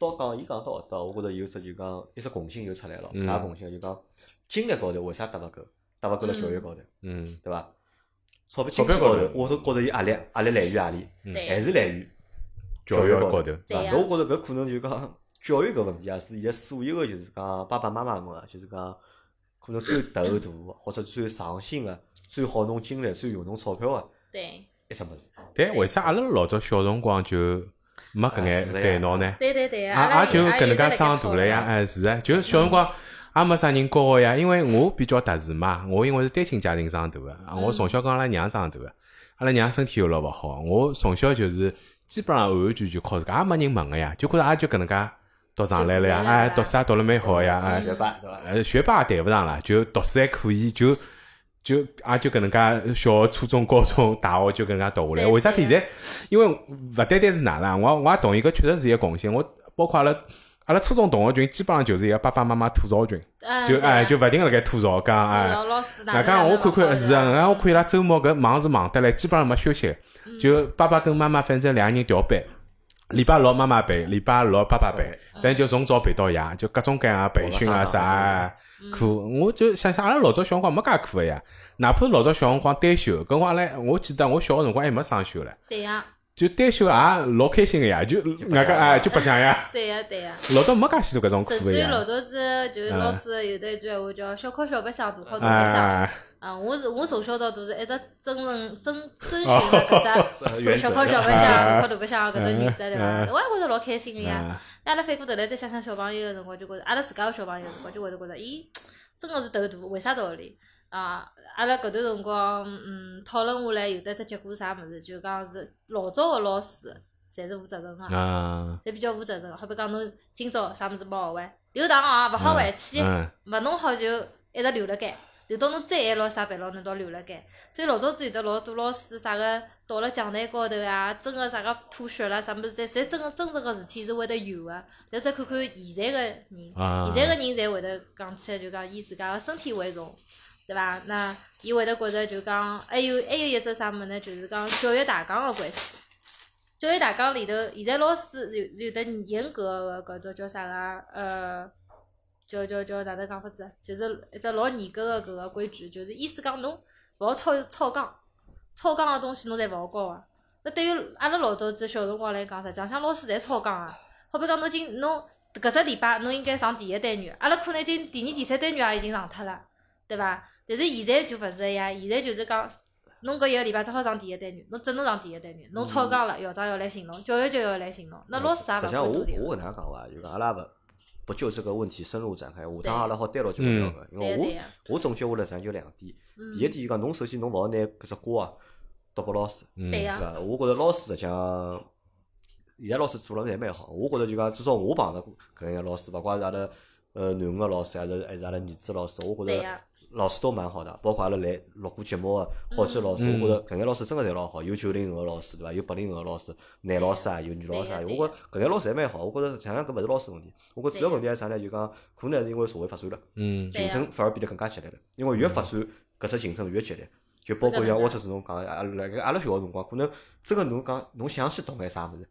到讲伊讲到搿搭，我觉着有只就讲一只共性就出来了，
嗯
啥共性？就讲精力高头为啥搭勿够？搭勿够辣教育高头，
嗯
对伐？钞票
钞
精
票
力高
高
头
头，
我都觉着有压力，压力来源于何里？
嗯
对
还是来源于
教育
育
高
高
头
对
对
伐？
呀
我觉着搿可能就讲教育搿问题啊，是现在所有个就是讲爸爸妈妈们啊，就是讲可能最头大的或者最上心个、最耗侬精力、最用侬钞票个
对，
一只物事。
但为啥阿拉老早小辰光就没搿
啊
眼
是的呀
烦恼呢？
对对对，阿
啊
拉
也就搿
搿
能介长大了呀，哎是啊，就小辰光也没啥人教我呀，因为我比较特殊嘛，我因为是单亲家庭长大个，啊我
嗯
从小跟阿拉娘长大个，阿拉娘身体又老勿好，我从小就是基本上完完全全靠自家，也没人问个呀，就觉着也就搿能介读上来了呀
就，搿能
哎
介
读书也读了蛮好呀，哎
学霸对伐？
呃，学霸谈不上啦，就读书还可以，就就也就搿能介，小学、初中、高中、大学就搿能介读下来。
对
为啥
对
体现在？因为勿单单是㑚啦，我也我也同意搿确实是一个共性。我包括阿拉阿拉初中同学群，基本上就是一个爸爸妈妈吐槽群，
哎
就
对呀
哎就勿停个辣盖吐槽讲哎。
啊老老师哪
外
能
加
哪
我
能
看
勿好
看是啊，
的
外加我看伊拉周末搿忙是忙得来，基本上没休息。
嗯
就爸爸跟妈妈反正两个人调班，礼拜六妈妈陪，礼拜六爸爸陪，反正就从早陪到夜，就各种各样的培训啊啥啊
嗯
苦。我就想想阿拉老早小辰光没介苦个呀，哪怕老早小辰光单休，搿辰光阿拉我记得我小个辰光还没双休唻，
对啊呀，
就单休也老开心个呀，就外加哎就白相呀，
对呀，对呀。
老早没介许多搿种苦
甚
个
至于
啊
老
呀，
早子就是老师有得一句闲话叫“小考小白相，大考大白相”。
哎。
啊，我是我从小到大是一直遵从遵遵循了搿
原
只
则哎
小考小白相，大考大白相搿只原则对伐？
嗯
我也觉着老开心个呀。
啊
阿拉反过头来再想想小朋友个辰光，就觉着阿拉自家个小朋友个辰光，就会得觉着，咦，真个是头大，为啥道理？啊，阿拉搿段辰光，嗯，讨论下来有得只结果是啥物事，就讲是老早个老师侪是负责任个。
啊，
侪比较负责任。好比讲，侬今朝啥物事没学会，留堂啊，勿好回去，
嗯
勿弄好就一直留辣盖，留到侬再爱捞啥办牢，侬都留辣盖。所以老早子有得老多老师啥个倒辣讲台高头啊，真个啥个吐血啦，啥物事，侪侪真个真正个事体是会得有个。但再看看现在个人，
啊，
现在个人侪会得讲起来，就讲以自家个身体为重，对伐？那伊会得觉着就讲，还有还有一只啥物事呢？就是讲教育大纲个关系。教育大纲里头，现在老师有有得严格个搿只叫啥个呃，叫叫叫哪能讲法子啊？就是一只老严格个搿个规矩，就是意思讲侬勿好超超纲，超纲个东西侬侪勿好教个。那对于阿拉老早子小辰光来讲，实际上像老师侪超纲个。好比讲侬今侬搿只礼拜侬应该上第一单元，阿拉可能已经第二、第三单元也已经上脱了，对伐？但是现在就勿是呀，现在就是讲，侬搿一个礼拜只好上第一单元，侬只能上第一单元，侬超纲了，校长要来寻侬，教育局要来寻侬，那老师也
嗯实
勿
际上，
管
我
多点
我搿能样讲伐，就讲阿拉勿不就这个问题深入展开，下趟阿拉好单独去聊个。因
对呀嗯啊对
为
呀，
我我总结下来实际上就两点，
嗯
第一点就讲侬首先侬勿好拿搿只锅啊丢拨老师，
嗯
对啊
对
呀，
伐？我觉着老师实际上。现在老师做了侪蛮好，我觉着就讲，至少我碰到过搿样个老师，勿怪是阿拉呃男个老师，还是还是阿拉儿子老师，我觉
对
着
呀，
老师都蛮好的，包括阿拉来录过节目个好几个老师，
嗯
我觉着搿眼老师真个侪老好，有九零后个老师对伐？有八零后个老师，男老师啊，有女老师啊，
对呀
我觉着搿眼老师侪蛮好。我觉着想想搿勿是老师问题，我觉着主要
对呀
问题是啥呢？就讲可能还是因为社会发展了，
嗯
对
竞
呀
争反而变得更加激烈了。因为越发展，搿只竞争越激烈。就包括
是的
像
是的
我只是侬讲，啊阿拉辣盖阿拉小学辰光，可能真个侬讲侬想去读眼啥物事，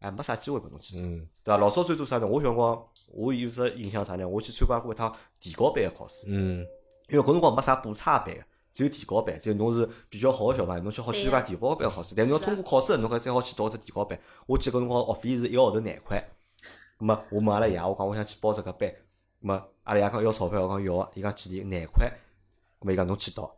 哎，没啥机会拨侬去读，
嗯
对伐？老早最多啥呢？我小辰光，我有只印象啥呢？我去参加过一趟提高班个考试。
嗯
因为搿辰光没啥补差班，只有提高班，只有侬是比较好个小朋友，侬去好去参加提高班考试，但侬要通过考试，侬搿才好去读只提高班。我记得搿辰光学费是一个号头廿块，葛末我问阿拉爷，我讲我想去报这个班，葛末阿拉爷讲要钞票，我讲要啊，伊讲几钿廿块，葛末伊讲侬去读，葛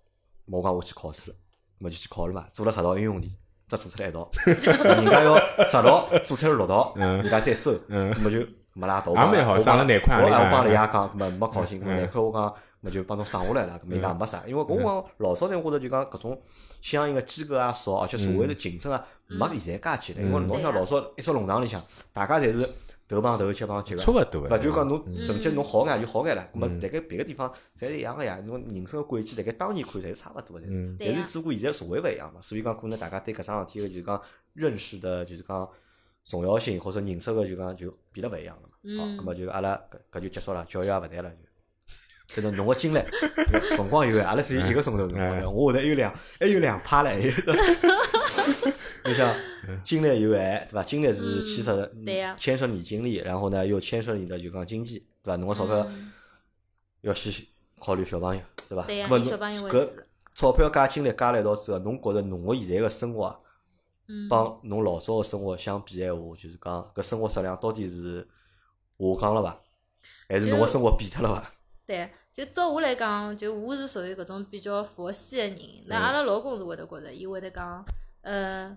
末我讲我去考试，葛末就去考了嘛，做了十道应用题，只做出来一道， 人家要十道做出来六道，人家再收，
嗯
那么就没啦。我
也
帮
蛮好
我
省了
帮
廿块
我
洋钿
我帮人
啊嗯
家讲，没没考勤，那么廿块我讲，那啊就帮侬省下来了，咁人家没啥。因为搿辰
嗯
光老早呢，我觉着就讲搿种相应个机构啊少，而且社会的竞争啊没现在介激烈。因为
嗯
侬想老早一只弄堂里向，大家侪是头碰头，脚碰脚个
差。勿多
勿
的。
就讲侬成绩侬好眼就好眼了，咁么啊
嗯
辣盖别个地方侪是一样个呀，侬人生个轨迹辣盖当年看侪是差勿多个，侪
嗯
是
对
但
呀
是只不过现在社会勿一样嘛，所以讲可能大家对搿桩事体个就是讲认识的就是讲重要性或者认识个就讲就变得勿一样了嘛。好，
嗯
咁么就阿拉搿搿就结束了，教育也勿谈了就。可能侬个经历，辰光有限，啊阿拉只有一个钟头辰光
哎
了，我后头还有两还有两趴嘞。 你想，经历有限，对伐？经历是牵涉
嗯
嗯
对呀
牵涉你精力，然后呢又牵涉你的就讲经济，对伐？侬个钞票
嗯
要先考虑小朋友，对伐？
对呀
那么
以
侬
小朋友为
搿
主
钞票加精力加辣一道之后，侬觉着侬个现在个生活啊
嗯，
帮侬老早个生活相比闲话，就是讲搿生活质量到底是下降了伐？还是侬个
就
生活变脱了伐？
对，就照我来讲，就我是属于搿种比较佛系的人。那
嗯
阿拉老公是会得觉着，伊会得讲，呃，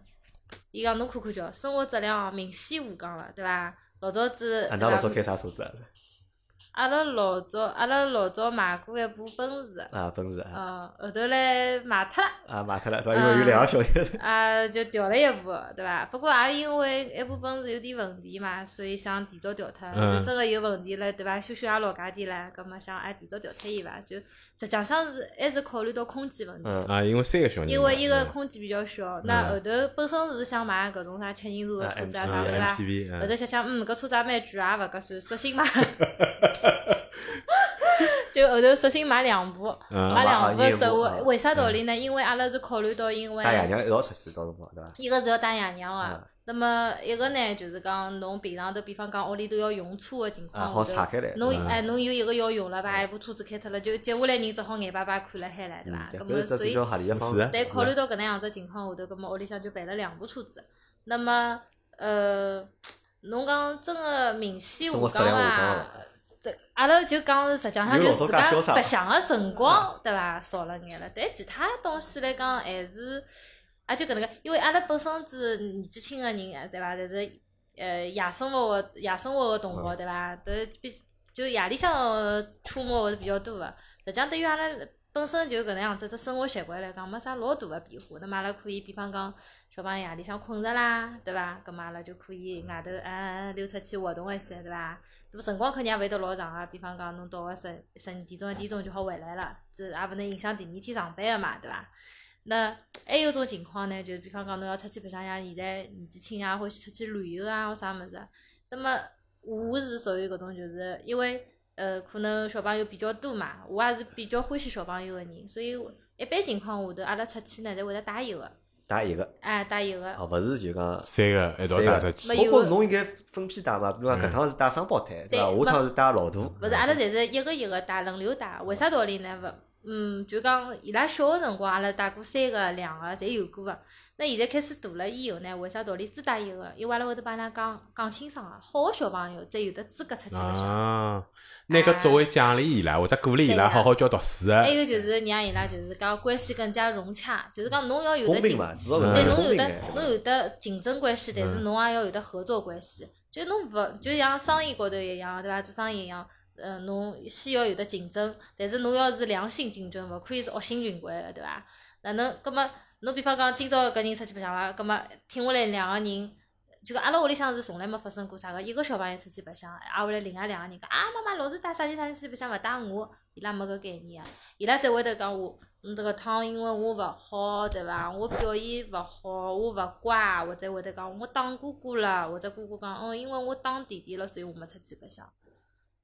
伊讲侬看看叫，生活质量明显下降了，对伐？老早子，
俺㑚老早开
对伐
啥车子啊？
阿拉老早，阿拉老早买过一部奔驰，
啊，奔驰啊，
呃，后头来卖脱了。
啊买脱了，对伐？因
呃
为有两个小孩子，
啊，就调了一部，对伐？不过也因为一部奔驰有点问题嘛，所以想提早调脱。
嗯
就真个有问题了，对伐？修修也老价钿了，葛末想也提早调脱伊伐？就实际上是还是考虑到空间问题，
嗯，
啊，因为三个小人嘛，
因为伊个
嗯
空间比较小。那后头本身是想买搿种啥七人座的车子啊啥
啊
物事伐？
MPV，
后头
嗯
想想，嗯，搿车子也蛮贵啊，也勿合算，索性买。 就后头索性买两部，
嗯
买两部
买买一部
手
啊
为为啥道理呢？因为阿拉是考虑到因为
带爷娘一道出去，到辰光对伐？
一个是要带爷娘
啊
啊，那么一个呢就是讲侬平常头，比方讲屋里头要用车的情
啊，
况
好
下
岔
头，
开来，
侬
嗯
哎侬有一个要用了吧，一部车子开脱了，就接下来人只好眼巴巴看了海了，对伐？
嗯
搿
搿
么
是只
所
比
以
较合嗯理的方
是
式
啊。
对考虑到搿能样子情况下头，搿么屋里向就备了两部车子。那么呃，侬讲真个明显
生活质
降
量下降
伐
了？
这阿拉就讲是实际上
有老早
就自
介
家
潇洒
白相个辰光，对伐？少了眼了，但其他东西来讲还是。也就搿能介，因为阿拉本身子年纪轻个人啊，对伐？侪是呃夜生活个夜生活个同
嗯
学，对伐？都比就夜里向个触摸会是比较多个。实际上，对于阿拉本身就搿能样子，只生活习惯来讲，没啥老大个变化。那么阿拉可以，比方讲，小朋友夜里向困着啦，对伐？搿么阿拉就可以外头嗯溜出去活动一些，对伐？那么辰光肯定也勿会得老长啊，比方讲侬到个十十二点钟一点钟就好回来了，这也勿能影响第二天上班个嘛，对伐？那还有一种情况呢，就是比方讲侬要出去白相像现在年纪轻啊，欢喜出去旅游啊，或啥物事啊。那么我是属于搿种，就是因为呃，可能小朋友比较多嘛，我也是比较欢喜小朋友个人，所以我一般情况下头，阿拉出去呢，侪会得带一个，
带一个，
哎，带一个。
哦，勿是就讲
三个一道带出去嗯
没，
我
有
觉
啊
着侬应该分批带吧，比如讲搿趟是带双胞胎，对伐？
对
下趟
没
是带老大，
勿是，阿拉侪是一个一个带，轮流带。为啥道理呢？勿，嗯，就讲伊拉小个辰光，阿拉带过三个、两个，侪有过个。那现在开始大了以后呢，为啥道理只带一个？因为阿拉会得帮伊拉讲讲清爽个，好个小朋友才有得资格
嗯
出去白相。
啊，拿搿作为奖励伊拉，或者鼓励伊
对
拉
呀
好好叫读书啊
还。有就是让伊拉就是讲关系更加融洽，就是讲侬要有
公
得
平
竞，
嘛，至少
嗯
是
对
公
侬有
平
得
眼
侬有得竞争关系，但是
嗯
侬也要有得合作关系。就侬勿就像生意高头一样，对伐？做生意一样，呃，侬先要有得竞争，但是侬要是良性竞争，勿可以是恶性循环个，对伐？哪能？葛么侬比方讲今朝搿人出去白相了，葛么停下来两个人。就讲阿拉屋里向是从来没发生过啥个，一个小朋友出去白相，挨下来另外两个人讲啊，妈妈老是带啥人啥人去白相，勿带我，伊拉没搿概念啊，伊拉才会得讲我，嗯，迭个趟因为我勿好，对伐？我表现勿好，我勿乖，或者会得讲我打哥哥了，或者哥哥讲，嗯，因为我打弟弟了，所以我没出去白相。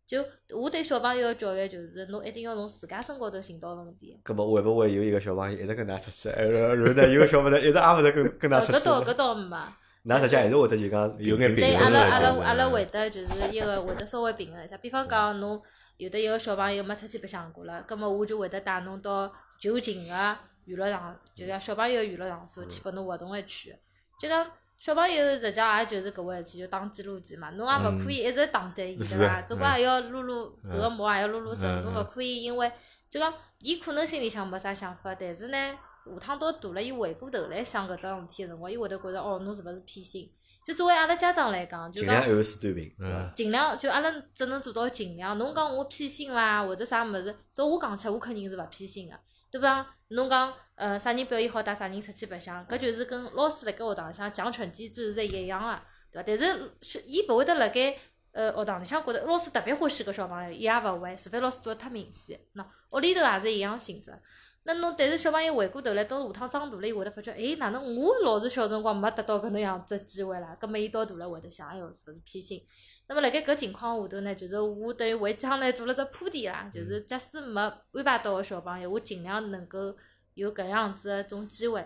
就我对小朋友个教育就是，侬一定要从自家身高头寻到问题。
搿么会勿会有一个小朋友一直跟㑚出去，哎然后然后呢有个小朋友一直也勿是跟跟
呃
㑚出
搿倒搿
去，
倒没。
㑚实际还是会得就讲
有眼
平
比
对，
均
较
阿
分
拉
的
那
阿
这
拉
种
阿拉
嗯
会得就是一个会得稍微平衡一下，比方讲侬有的一个小朋友没出去白相过了，葛么我就会得带侬到就近个娱乐场，就像小朋友娱乐场
嗯
所去拨侬活动一圈。就讲小朋友实际上也就是搿回事体，就打记录机嘛，侬也勿可以一直打击伊，
嗯是
对伐？总归也要撸撸搿个毛，也要撸撸绳，
嗯
侬
嗯
勿可以因为就讲伊可能心里向没啥想法，但是呢，下趟到大了，伊回过头来想搿桩事体个辰光，伊会得觉着哦，侬是勿是偏心？就作为阿拉家长来讲，就
尽
讲
量还有四端平，对
嗯
伐？
尽量就阿拉只能做到尽量。侬讲我偏心啦，或者啥物事，照我讲起来，我肯定是勿偏心个，对不啦？侬讲呃啥人表现好，带啥人出去白相，搿就是跟老师辣盖学堂里向奖惩机制是一样个、对伐？但是学伊勿会得辣盖呃学堂里向觉得老师特别欢喜搿小朋友，伊也勿会，除非老师做得太明显。喏，屋里头也是一样性质。那侬但是小朋友回过头来，到下趟长大了，伊会得发觉，诶，哪能我老是小辰光没得到搿能样子的机会啦？葛末伊到大了会得想，哎哟，是勿是偏心？那么辣盖搿情况下头呢，就是我等于为将来做了只铺垫啦，就是假使没安排到个小朋友，我尽量能够有搿样子的种机会，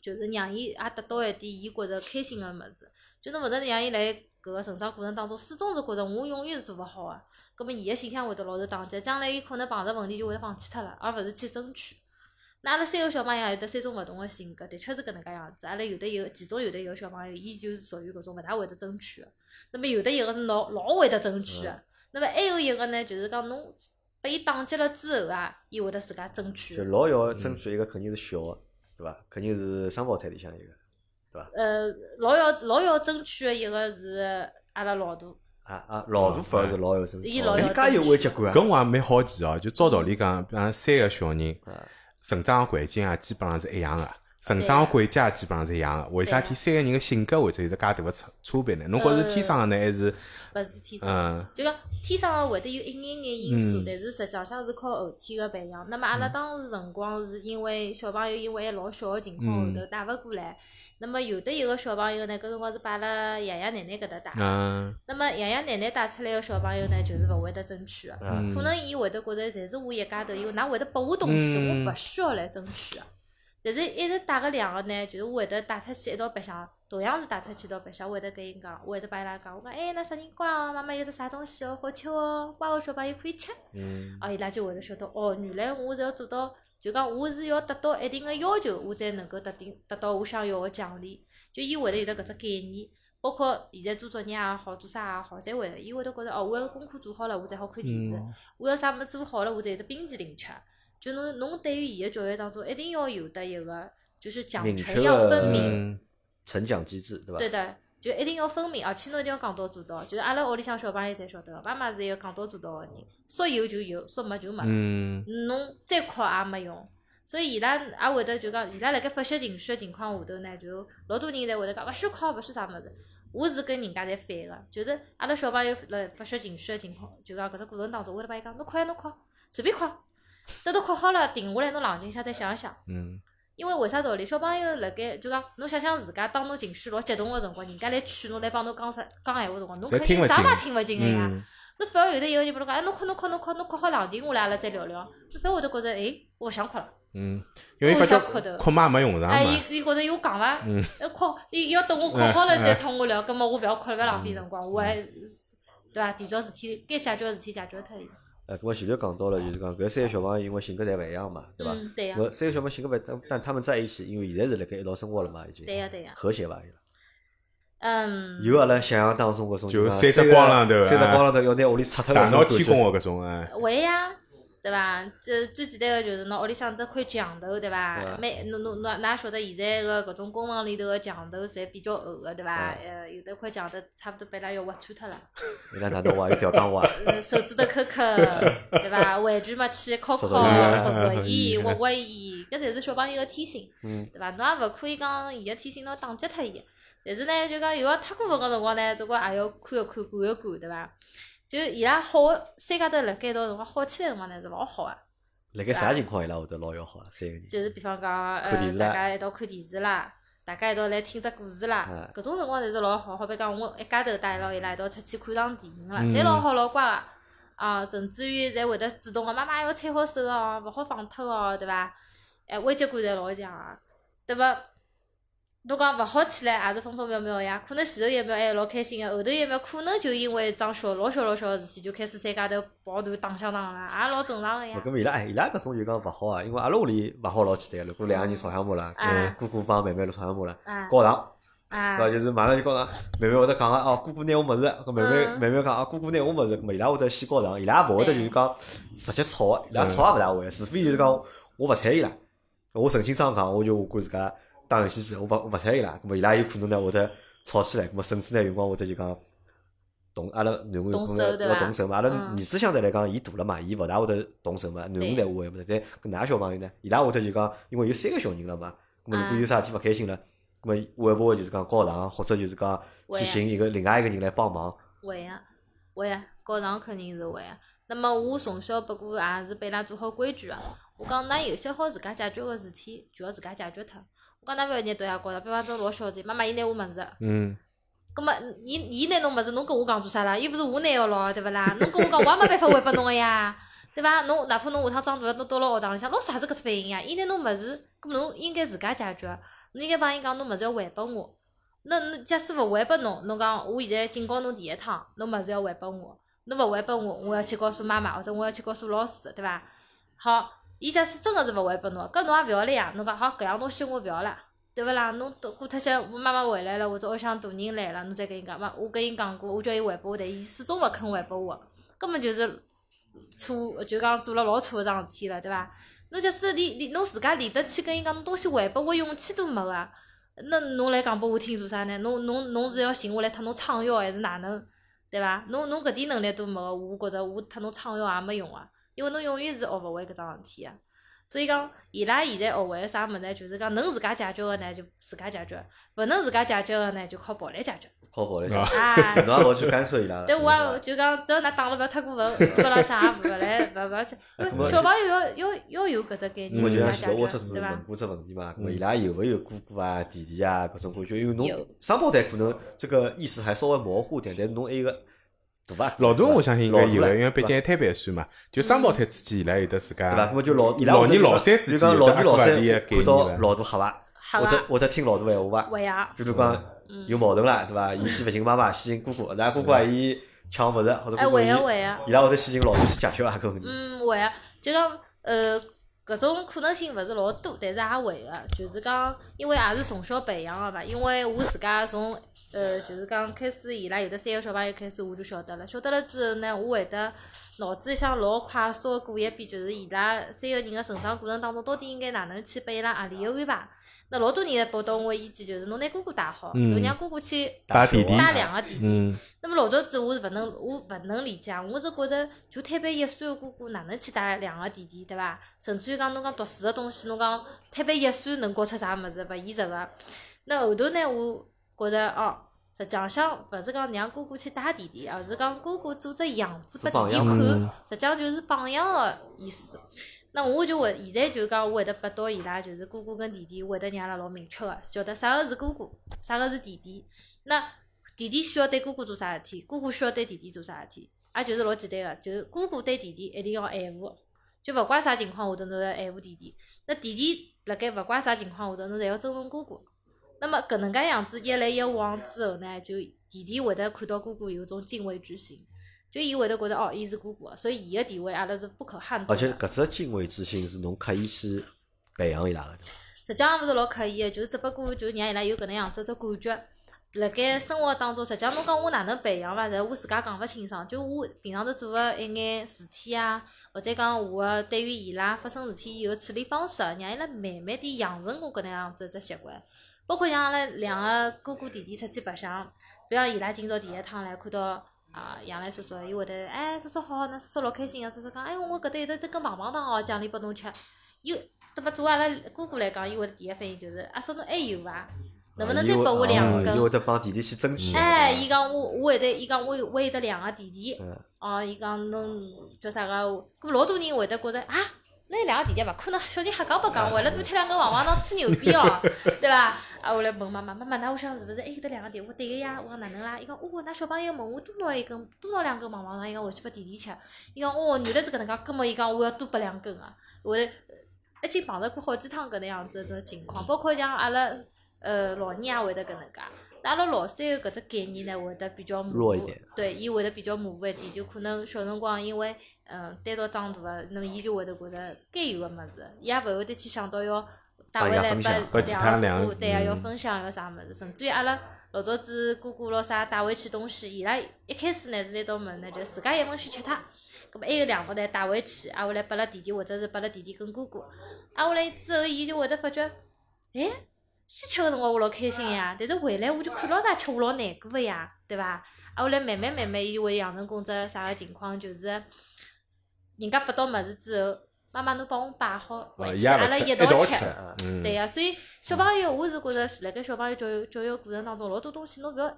就是让伊也得到一点伊觉着开心个物事，就侬勿能让伊辣搿个成长过程当中始终是觉着我永远是做勿好个、葛末伊个形象会得老受打击，将来伊可能碰着问题就会得放弃脱了，而勿是去争取。那阿拉三个小朋友有得三种勿同个性格，的确是搿能介样子。阿拉有的有，其中有的有个小朋友，伊就是属于搿种勿大会得争取个。那么有的一个是老老会得争取个，那么还有一个呢，就是讲侬拨伊打击了之后啊，伊会得自家争取
就。老要争取一个肯定是小个，对伐？肯定是双胞胎里向一个
呃，老要老要争取个一个是阿拉老大，
啊啊，老大反而是老有争取，
嗯伊老有
伊家有危机感啊
搿我也蛮好奇哦，就照道理讲，比方三个小人
啊，
成长环境啊，基本上是一样的。成长轨迹也基本上是一样的，为啥体三个人的性格会得有得介大的差差别呢？侬觉着是天生的呢，还是
勿是天生的。
嗯
就讲天生个会得有一眼眼因素
嗯，
但是实际上是靠后天个培养。那么阿拉当时辰光是因为小朋友因为还老小个情况
嗯
下头带勿过来，那么有的一个小朋友呢，搿辰光是把阿拉爷爷奶奶搿搭带，
嗯
那么爷爷奶奶带出来个小朋友呢，就是勿会得争取个。
嗯
可能伊会得觉着，侪是我一家头，因为㑚会得拨我东西，
嗯
我勿需要来争取啊。但是一直带个两个呢，就是我会得带出去一道白相，同样是带出去一道白相，我会得跟伊讲，我会得帮伊拉讲，我讲，哎，那啥人乖哦，妈妈有只啥东西哦，好吃哦，乖个小朋友可以吃。
嗯，
啊，伊拉就会得晓得，哦，原来我是要做到，就讲我是要达到一定个要求，我才能够达定达到我想要个奖励。就伊会得有得搿只概念，包括现在做作业也好，做啥也好，侪会的。伊会得觉着，哦，我要功课做好了，我才好看电视。
嗯
我要啥物事做好了，我才有得冰淇淋吃。就侬侬对于伊个教育当中，一定要有得一个就是奖
明确
惩要
的
分明，
嗯
成奖机制，对伐？
对的，就一定要分明，而且侬一定要讲到做到。就是阿拉屋里向小朋友侪晓得个，妈妈是一个讲到做到个人，说有就有，说没就没。
嗯
侬再哭也没用。所以伊拉也会得就讲，伊拉辣盖发泄情绪的情况下头呢，就老多人侪会得讲，勿许哭，勿许啥物事。我是跟人家侪反个，就是阿拉小朋友辣发泄情绪的情况，就讲搿只过程当中，我会得帮伊讲，侬哭呀侬哭，随便哭，等到哭好了停下来，侬冷静一下再想一想。
嗯
因为为啥道理？小朋友辣盖就讲，侬想想自家当侬情绪老激动个辰光，人家来劝侬来帮侬讲啥讲闲话辰光，侬
侪
肯
听
定
勿
啥
进
也听勿进个呀。
嗯
侬反而有的一个人拨侬讲，哎，侬哭侬哭侬哭侬哭好冷静下来，阿拉再聊聊。侬反而会得觉着，哎，我勿想哭了。
嗯，因为发
我想哭
觉
的
哭嘛也没用
啊
场
哎，
嘛，
伊伊觉着有讲伐
嗯？
要哭，伊要等我哭
哎
好了再同我聊，葛末我勿要哭了，勿要浪
嗯
费辰光，我还对伐？提早事体该解决个事体解决脱伊。
呃，搿么前头讲到了，就是讲搿三个小朋友因为性格侪勿一样嘛，对伐？
嗯，对呀，
搿三个小朋友性格勿一样，但他们在一起，因为现在是辣盖一道生活了嘛，已经
对呀，对呀。
和谐伐？伊拉
嗯，
有阿拉想象当中搿种
就
讲
三只
三个
光浪头
三只
啊
光浪头要拿屋里拆脱
大
搿种
闹
感觉
天宫个搿种啊，
会呀。对伐？这最简单个就是拿屋里向只块墙头，对
对
伐
啊？
每侬侬侬，㑚晓得现在个搿种工房里头个墙头侪比较厚个，对
啊
伐？呃，有的块墙头差不多被伊拉要挖穿脱了。
伊拉哪能玩有吊钢玩？
呃手指头抠抠，对伐？玩具嘛去敲敲，
索
索
索
伊
索伊，
嗯
挖挖伊，搿侪是小朋友个天性，
嗯
对伐？侬也勿可以讲伊个天性侬打击脱伊。但是呢，就讲有个太过分个辰光呢，总归也要看一看，管一管，对伐？就伊拉好的三家头辣盖一道辰光好起来的辰光呢是老好个、
辣盖啥情况伊拉会得老要好啊？三个人
就是比方讲，
看电
呃，
视啦
大家一道看电视啦，大家一道来听只故事啦
嗯，
搿种辰光侪是老好，好比讲我一家头带牢伊拉一道出去看场电影啦，
嗯
侪老好老乖个。啊，甚至于侪会得主动个，妈妈要搀好手哦，勿好放脱哦，对伐？哎，危机感侪老强个，对伐？侬讲勿好起来，也是分分秒秒呀。可能前头一秒还哎老开心个，后头一秒可能就因为一桩小老小老小个事体，就开始三家头抱团打相打啦，也老正常个呀
勿。搿么伊拉哎，伊拉搿种就讲勿好啊，因为阿拉屋里勿好老简单，如果两个人吵相骂啦，呃
啊
哥哥帮妹妹吵相骂啦，
啊
告状，
啊
对伐？就是马上就告状，妹妹会得讲啊，哦，哥哥拿我物事，搿妹妹
嗯
妹妹讲啊，哥哥拿我物事，搿么伊拉会得先告
嗯
状，伊拉也勿会得就是讲直接吵，伊拉吵也勿大会，除非就是讲我勿睬伊拉，我诚心这样讲，我就我管自家当游戏机，我勿我勿睬伊拉，咁么伊拉有可能呢会得吵起来，咁么甚至呢有辰光会得就讲动阿拉囡恩有
动
可
手
能
对
要
伐
动手嘛，阿拉
嗯
儿子相对来讲伊大了嘛，伊勿大会得动手嘛，囡恩呢我也勿得，但搿㑚小朋友呢，伊拉会得就讲，因为有三个小人了嘛，咁么如果
嗯
有啥事体勿开心了，咁么会勿会就是讲告上，或者就是讲
会
去
啊
寻一个另外一个人来帮忙，
会啊，会啊，教堂肯定是会啊。那么我从小不过也是被伊拉做好规矩啊。我讲，㑚有些好自家解决个事体，就要自家解决脱。我讲，㑚勿要拿到遐教堂，比方说老小的，妈妈伊拿我物事，
嗯，
葛么伊伊拿侬物事，侬跟我讲做啥啦？又勿是我拿个咯，对勿啦？侬跟我讲，我也没办法还拨侬个呀，对伐？侬哪怕侬下趟长大了，侬到了学堂里向，老师也是搿只反应呀。伊拿侬物事，葛么侬应该自家解决，侬应该帮伊讲侬物事要还拨我。那侬假使勿还拨侬，侬讲我现在警告侬第一趟，侬物事要还拨我，侬勿还拨我，我要去告诉妈妈或者我要去告诉老师，对伐？好，伊假使真个是勿还拨侬，搿侬也勿要来呀。侬讲好，搿样东西我勿要啦。对勿啦？侬都过脱些，我妈妈回来了，或者屋里向大人来了，侬再跟伊讲嘛。我跟伊讲过，我叫伊还拨我，但伊始终勿肯还拨我，根本就是错，就讲做了老错一桩事体了，对伐？侬假使连连侬自家连得去跟伊讲，侬东西还拨我勇气都没个、那侬来讲拨我听做啥呢？侬侬侬是要寻我来替侬撑腰，还是哪能？对伐？侬侬搿点能力都没个，我觉着我替侬撑腰也没用啊，因为侬永远是学勿会搿桩事体啊。所以讲，伊拉现在学会个啥物事，就是讲能自家解决个呢，就自家解决；勿能自家解决个呢，就靠暴力解决。
靠跑来讲
啊，
啊，
侬也勿好去干涉伊拉。
对我
是吧
也就讲，只要㑚打了勿要太过分，基本浪向也勿勿来勿勿要去。因为小朋友要要要有搿只概念，
我
自
就
家
像前头沃特
解
斯
决，
问
对伐？
过这问题嘛，那么
嗯
伊拉有没有哥哥啊、弟弟啊各种感觉？因为侬
有
双胞胎可能这个意识还稍微模糊点，但是侬还有个大啊吧？
老嗯大我相信应该
老大
有
了
的，因为毕竟还摊板算嘛，就三胞胎之间伊拉有的自
对伐？那
家
么就老伊拉
啊老
会得
二老三
就
之间
讲
有
老
的
二老
阿哥阿
三
弟的
看
概念
到
伐
老大吓伐？
好啊
会
伐
得？会得听老大闲话伐？
会呀，
比如讲
嗯。
有矛盾啦，对伐？伊先勿寻妈妈，先寻哥哥，那哥哥啊伊抢物事或者
哎，
哥哥
会
伊
呀，会呀。
伊拉会得先寻老大去解决阿个问题。
嗯，会啊，就讲呃，搿种可能性勿是老多，但是也会个，就是讲，因为也是从小培养个嘛。因为我自家从呃，就是讲开始伊拉有的三个小朋友开始，我就晓得了。晓得了之后呢，我会得脑子里向老快速地过一遍，就是伊拉三个人个成长过程当中，到底应该哪能去拨伊拉合理个安排。那老多人侪拨到我意见，就是侬拿哥哥带好，
嗯
然后让哥哥去
带弟弟
带两个弟弟。
嗯
那么老早子我是勿能，我勿能理解，我是觉着就摊板一岁个哥哥哪能去带两个弟弟，对伐？甚至于讲侬讲读书个东西，侬讲摊板一岁能教出啥物事，勿现实个。那后头呢，我觉着哦，实际浪向勿是讲让哥哥去带弟弟，而是讲哥哥做只样子拨
做
弟弟
榜
看
样嗯，
实际上就是榜样个意思。那我就会现在就讲，我会得拨到伊拉，就是哥哥跟弟弟，我会得让伊拉老明确个，晓得啥个是哥哥，啥个是弟弟。那弟弟需要对哥哥做啥事体，哥哥需要对弟弟做啥事体，也就是老简单个，就是哥哥对弟弟一定要爱护，就勿怪啥情况下头侬要爱护弟弟。那弟弟辣盖勿怪啥情况下头，侬侪要尊重哥哥。那么搿能介样子一来一往之后呢，就弟弟会得看到哥哥有种敬畏之心，就伊会得觉着哦，伊是哥哥，所以伊个地位阿拉是不可撼动
而
的。
且搿只敬畏之心是侬刻意去培养伊拉个，对伐
实际上也勿是老刻意个，就是只不过就让伊拉有搿能样子只感觉。辣盖生活当中，实际上侬讲我哪能培养伐？实我自家讲勿清爽，就我平常头做个一眼事体啊，或者讲我个对于伊拉发生事体以后处理方式，让伊拉慢慢点养成我搿能样子只习惯。包括像阿拉两个哥哥弟弟出去白相，比方伊拉今朝第一趟来看到啊杨澜叔叔，伊会得哎叔叔好，那叔叔老开心个，叔叔讲哎哟我搿搭有得只根棒棒糖哦，奖励拨侬吃。又那么作为阿拉哥哥来讲，伊会得第一反应就是阿叔侬还有伐？能不能
啊
再拨我两
伊会
根？
得帮弟弟去争取。
哎，伊讲我我会得，伊讲我有我有得两个弟弟。
嗯
哦，伊讲侬叫啥个？咁老多人会得觉着啊，侬有两个弟弟勿可能，小人瞎讲白讲，为了多吃两根棒棒糖吹牛逼哦，对伐？啊，我来问妈妈，妈妈，㑚屋里向是勿是还有得两个弟？我对个呀，我讲哪能啦？伊讲哦，㑚小朋友问我多拿一根，多拿两根棒棒糖，伊讲回去拨弟弟吃。伊讲哦，原来是搿能介，葛末伊讲我要多拨两根啊，我来一起碰着过好几趟搿能样子的情况，包括像阿拉呃老二也会得搿能介。那阿拉老三个搿只概念呢，会得比较模糊，
弱一点
对，伊会得比较模糊一点，就可能小辰光因为呃嗯单独长大个，那么伊就会得觉着该有个物事，伊也勿会得去想到要带回
帮伊拉
来
分享
拨
拨
其他
两
两
个
个
哥哥，对啊，要
嗯
分享要啥物事，甚至于阿拉老早子哥哥咾啥带回去东西，伊拉一开始呢是拿到物事呢就自家一份先吃脱，葛末还有两个呢带回去，挨下来拨了弟弟或者是拨了弟弟跟哥哥，挨下来之后伊就会得发觉，哎，先吃个辰光我老开心
嗯
呀，但是回来我就看牢㑚吃，我老难过个呀，对伐？挨下来慢慢慢慢，伊就会养成共只啥个情况，就是人家拨到物事之后，妈妈侬帮我摆好，
哦
回
伊
去
也
阿
勿
拉
吃
一
一道
道
吃
吃。
嗯
嗯，
对呀、所以小朋友，我是觉着辣盖小朋友教育教育过程当中，老多东西侬勿要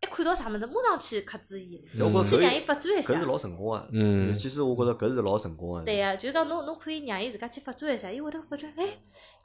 一看到啥物事马上去克制伊，
我觉
先
着
让
搿
伊发展一
搿
下
是。老成功个，
嗯
其实我觉着搿是老成功个。啊
对呀、啊就讲侬侬可以让伊自家去发展一下，伊会得发觉，哎，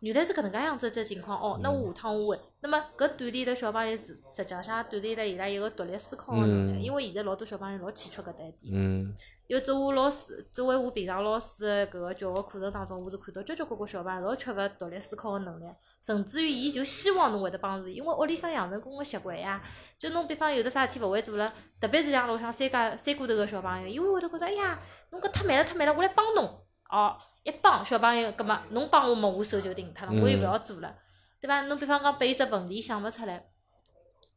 原来是搿能介样子只情况哦，那我下趟我会。那么搿锻炼了小朋友实实际上锻炼了伊拉一个独立思考个能
嗯
力，因为现在老多小朋友老欠缺搿搭一点。
嗯
因为作为老师，作为我平常老师的搿个教学课程当中，我是看到交交关关小朋友老缺乏独立思考的能力，甚至于伊就希望侬会得帮助伊，因为屋里向养成公个习惯呀。就侬比方有的啥事体勿会做了，特别是像老乡三家三锅头个小朋友，伊会会得觉着，哎呀，侬搿太慢了太慢了，我来帮侬。哦，一帮小朋友，葛末侬帮我么，我手就停脱了，我又勿
嗯
要做了，对伐？侬比方讲拨伊只问题想勿出来，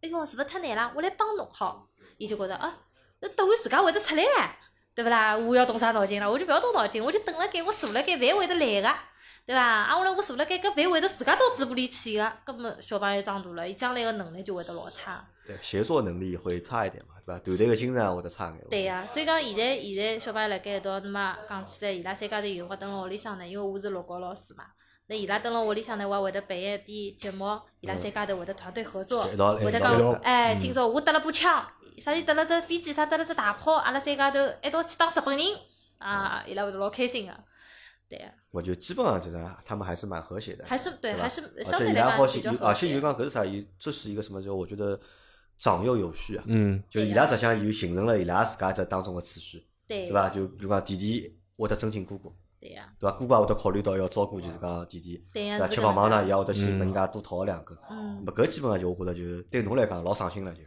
哎哟，是勿是太难啦？我来帮侬，好，伊就觉着啊，那答案自家会得出来啊。对勿啦？我要动啥脑筋啦？我就勿要动脑筋，我就等辣盖，我坐辣盖，饭会得来个，对伐？啊，我来我坐辣盖，搿饭会得自家到嘴巴里去个，搿啊么小朋友长大了，伊将来个能力就会得老差。
对，协作能力会差一点嘛，对伐？团队个精神也啊会得差眼。
对呀、所以讲现在现在小朋友辣盖一道，那么讲起来，伊拉三家头有辰光蹲辣屋里向呢，因为我是六教老师嘛，那伊拉蹲辣屋里向呢，我也会得办一点节目，伊拉三家头会得团队合作，
一道
会得
一道
讲
打，
哎，
嗯
今朝我搭了把枪，啥人搭了只飞机，啥搭了只大炮，阿拉三家头一道去打日本人，啊，
嗯
伊拉会得老开心个、对呀、
我觉得基本上就是他们还是蛮和谐的，
还是对，
吧
还是
而
相
且
对
伊
来
拉
讲
好
比
像
较
有，
和
而且就
谐。
讲搿是啥？伊这是一个什么？就我觉得长幼有序啊，
嗯
就
对
伊
呀
拉实际上有形成了伊拉自家这当中的次序，
对
对伐？就比如讲弟弟会得尊敬哥哥，
对呀，
对伐？哥哥也会得考虑到要照顾就是讲弟弟，
对呀
对伐？
是
吃
搿
棒棒
能
呢，
介
也会得去
嗯
拨人家多讨两根。
嗯，
么搿基本上就我觉得就对侬来讲老省心了，就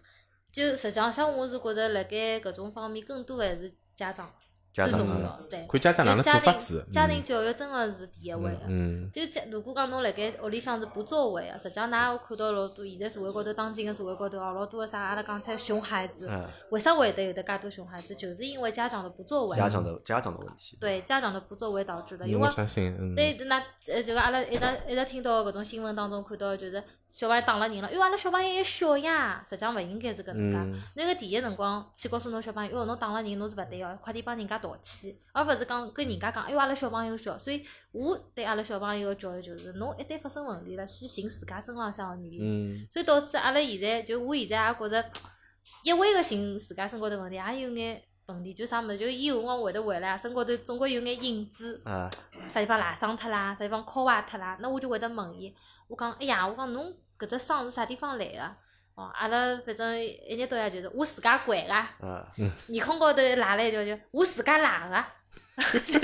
就实际上，像我是觉着辣盖搿种方面，更多还是家长
家
最
长
重
啊
要。对，
看家长哪能
就
做
家
法
庭
子
家
嗯
庭教育真个是第一位啊的。
嗯
就家，如果讲侬辣盖屋里向是不作为啊个，实际上㑚也看到老多，现在社会高头，当今个社会高头哦，老多个啥，阿拉讲出来熊孩子，
嗯，
为啥会得有得介多熊孩子？就是因为家长的不作为，
家长的家长的问题。
对家长的不作为导致的，因
嗯，
为
我相信，嗯，
对，那呃，就讲阿拉一直一直听到搿种新闻当中看到，就是小朋友打了人了，哟，阿拉小朋友还小呀，实际上勿应该是搿能介。
嗯
侬应该第一辰光去告诉侬小朋友，哟，侬打了人，侬是勿对个，快点帮人家道歉，而勿是讲跟人家讲，哎哟，阿拉小朋友小，所以我对阿拉小朋友个教育就是，侬一旦发生问题了，先寻自家身浪向个原因。
嗯
所以导致阿拉现在就我现在也觉着，一味个寻自家身高头问题，也有眼问题，就啥物事，就伊有辰光会得回来，身高头总归有眼影子。
啊，
啥地方拉伤脱啦，啥地方敲坏啊脱啦，那我就会得问伊，我讲，哎呀，我讲侬搿只伤是啥地方来个？哦，阿拉反正一日到夜就是我自家掼个，
啊，
嗯
面孔高头拉了一条就我自家拉个， 就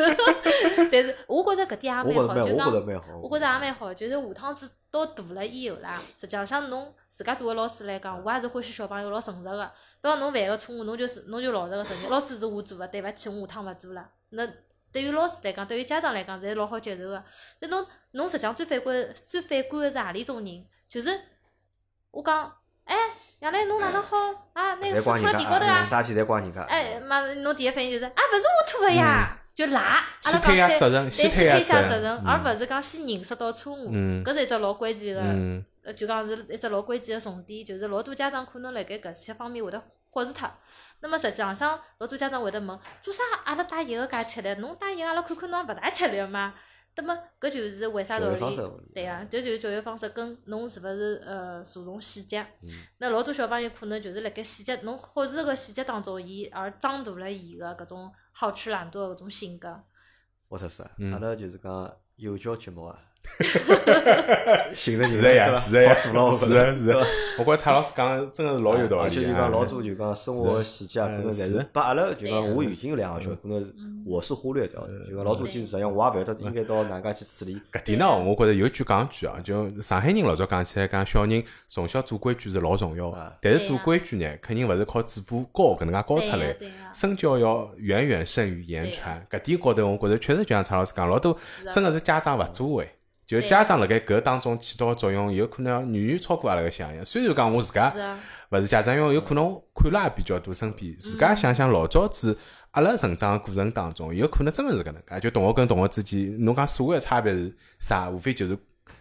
但是我觉着搿点也
我
蛮
觉
好，
得蛮，
就
我觉
讲
得蛮好。
我觉着也蛮好，就是下趟子到大了以后啦，实际上像侬自家作为老师来
嗯
讲，我也是欢喜小朋友老诚实个。比方侬犯个错误，侬就是侬就老实个承认，老师是我做个，对勿起，我下趟勿做了。那对于老师来讲，对于家长来讲，侪老好接受个。但侬侬实际上最反感最反感个是何里种人？就是我讲，哎，原来侬哪能好啊？那
侪
个
怪人
输出了
家
地高头
啊，
啊？
啥事体侪怪人家。
哎，
嗯
妈，侬第一反应就是啊，勿是我拖个呀，就赖。阿拉
先推
讲
下
起
责任
对，
先
先
推下
推下
责
责
任
任，
嗯
而勿是讲先认识到错误。
嗯
搿是一只老关键个，
嗯
呃就讲是一只老关键个重点，就是老多家长可能辣盖搿些方面会得忽视脱。那么实际浪向，老多家长会得问，做啥阿拉带一个介吃力，侬带一个阿拉看看侬也勿大吃力嘛？那么搿就是为啥
教
道
育
理
方式的问题？
对啊，这就是教育方式跟侬是勿是呃注重细节
嗯。
那老多小朋友可能就是辣盖细节，侬忽视个细节当中，伊而长大了伊个搿种好吃懒做的搿种性格。
我特是啊，
嗯
阿拉就是讲幼教节 目啊， 寻着
是的呀， 是的呀，
做了，
是的，是的。我觉着蔡老师讲的真的是老有道
而
理
且
啊，
就讲老多就讲生活细节啊，可
嗯
能侪
是嗯
是把阿拉就
对啊嗯
讲我已经有两个小，可能我是忽略掉的，就讲老多件
对
事实际上我也勿晓得应该到哪能介去处理。
搿点呢，我觉着有一句讲一句啊，就上海人老早讲起来讲，小人从小做规矩是老重要
啊
的，但是做规矩呢，肯定勿是靠嘴巴教搿能介教
对
出
呀
来，
对呀，
身教要远远胜于言传。搿点高头，我觉着确实就像蔡老师讲，老多
的
真的是家长勿作为。就家长辣盖搿当中起到个作用，有可能要远远超过阿拉个想象。虽然讲我自家
是啊，
勿是家长，因为有可能我看了也比较多身边，自家想想老早子阿拉成长个过程当中，有可能真个是搿能介，就同学跟同学之间，侬讲所谓个差别是啥？无非就是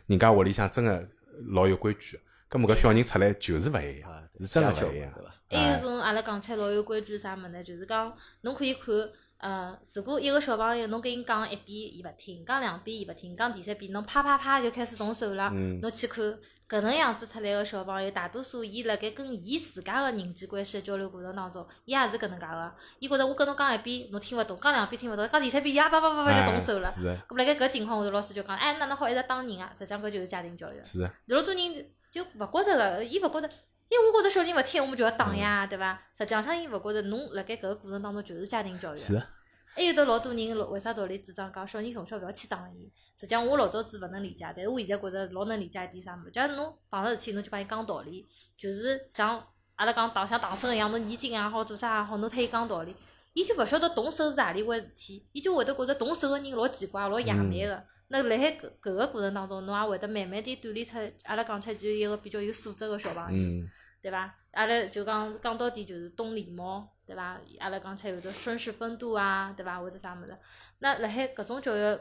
人家屋里向真个老有规矩，搿么搿小人出来就是勿一样
啊，，
是真
家
个
教
勿
嘛
一样
对。伐？
还有种阿拉讲起来老有规矩啥物事，就是讲侬可以看，呃，如果一个小朋友侬跟伊讲一遍伊勿听，讲两遍伊勿听，讲第三遍侬啪啪啪就开始动手了，
嗯
侬去看搿能样子出来个小朋友，大多数伊辣盖跟伊自家个人际关系的交流过程当中，伊也是搿能介个，伊觉着我跟侬讲一遍侬听勿懂，讲两遍听勿懂，讲第三遍伊也啪啪啪啪就动手了
哎。是的
咁辣盖搿情况下头，老师就讲，哎，哪能好一直打人啊？实际上搿啊就是家庭教育。
是啊的，
然后种人就勿觉着个，伊勿觉着，因为我觉着小人勿听，我们就要打呀，对伐？实际上伊勿觉着侬辣盖搿个过程当中就是家庭教育。
是啊的，
还有得老多人老为啥道理主张讲小人从小勿要去打伊？实际上我老早子勿能理解，但是我现在觉着老能理解一点啥物事。假如侬碰着事体，侬就帮伊讲道理，就是像阿拉讲打像唐僧一样，侬念经也好，做啥也好，侬推伊讲道理，伊就勿晓得动手是何里回事体，伊就会得觉着动手个人老奇怪，老野蛮个。那辣海搿搿个过程当中，侬也会得慢慢地锻炼出，阿拉讲出就是一个比较有素质个小朋友。
嗯，
对伐？阿拉就讲讲到底就是懂礼貌，对伐？阿拉讲起来有的绅士风度啊，对伐？或者啥物事？那辣海搿种教育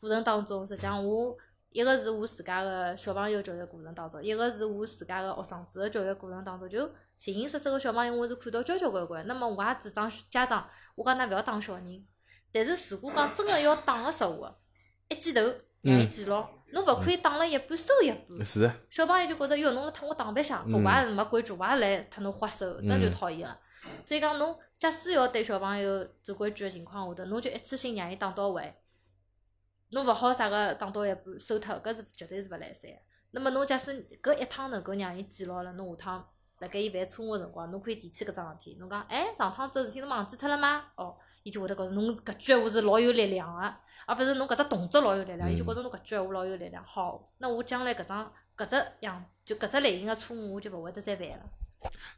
过程当中，实际上我一个是我自家个小朋友教育过程当中，一个是我自家个学生子个教育过程当中，就形形色色个小朋友我是看到交交关关。那么我也主张家长，我讲㑚勿要打小人，但是如果讲真个要打个闲话，啊一记头让伊记牢，侬勿可以打了一半收一半。
是啊的，
小朋友就觉着哟，侬辣脱我打白相，搿
嗯
我也没规矩，我也来脱侬划手，那就
嗯
讨厌了。所以讲，侬假使要对小朋友做规矩的情况下头，侬就一次性让伊打到位，侬勿好啥个打到一半收脱，搿是绝对是勿来三。那么侬假使搿一趟能够让伊记牢了，侬下趟辣盖伊犯错误个辰光，侬可以提起搿桩事体，侬讲，哎，上趟子事体侬忘记脱了吗？哦，伊就会得觉着侬搿句闲话是老有力量个、而不是侬搿只动作老有力量，伊
嗯
就觉着侬搿句闲话老有力量。好，那我将来搿桩搿只样就搿只类型个错误，我就勿会得再犯了。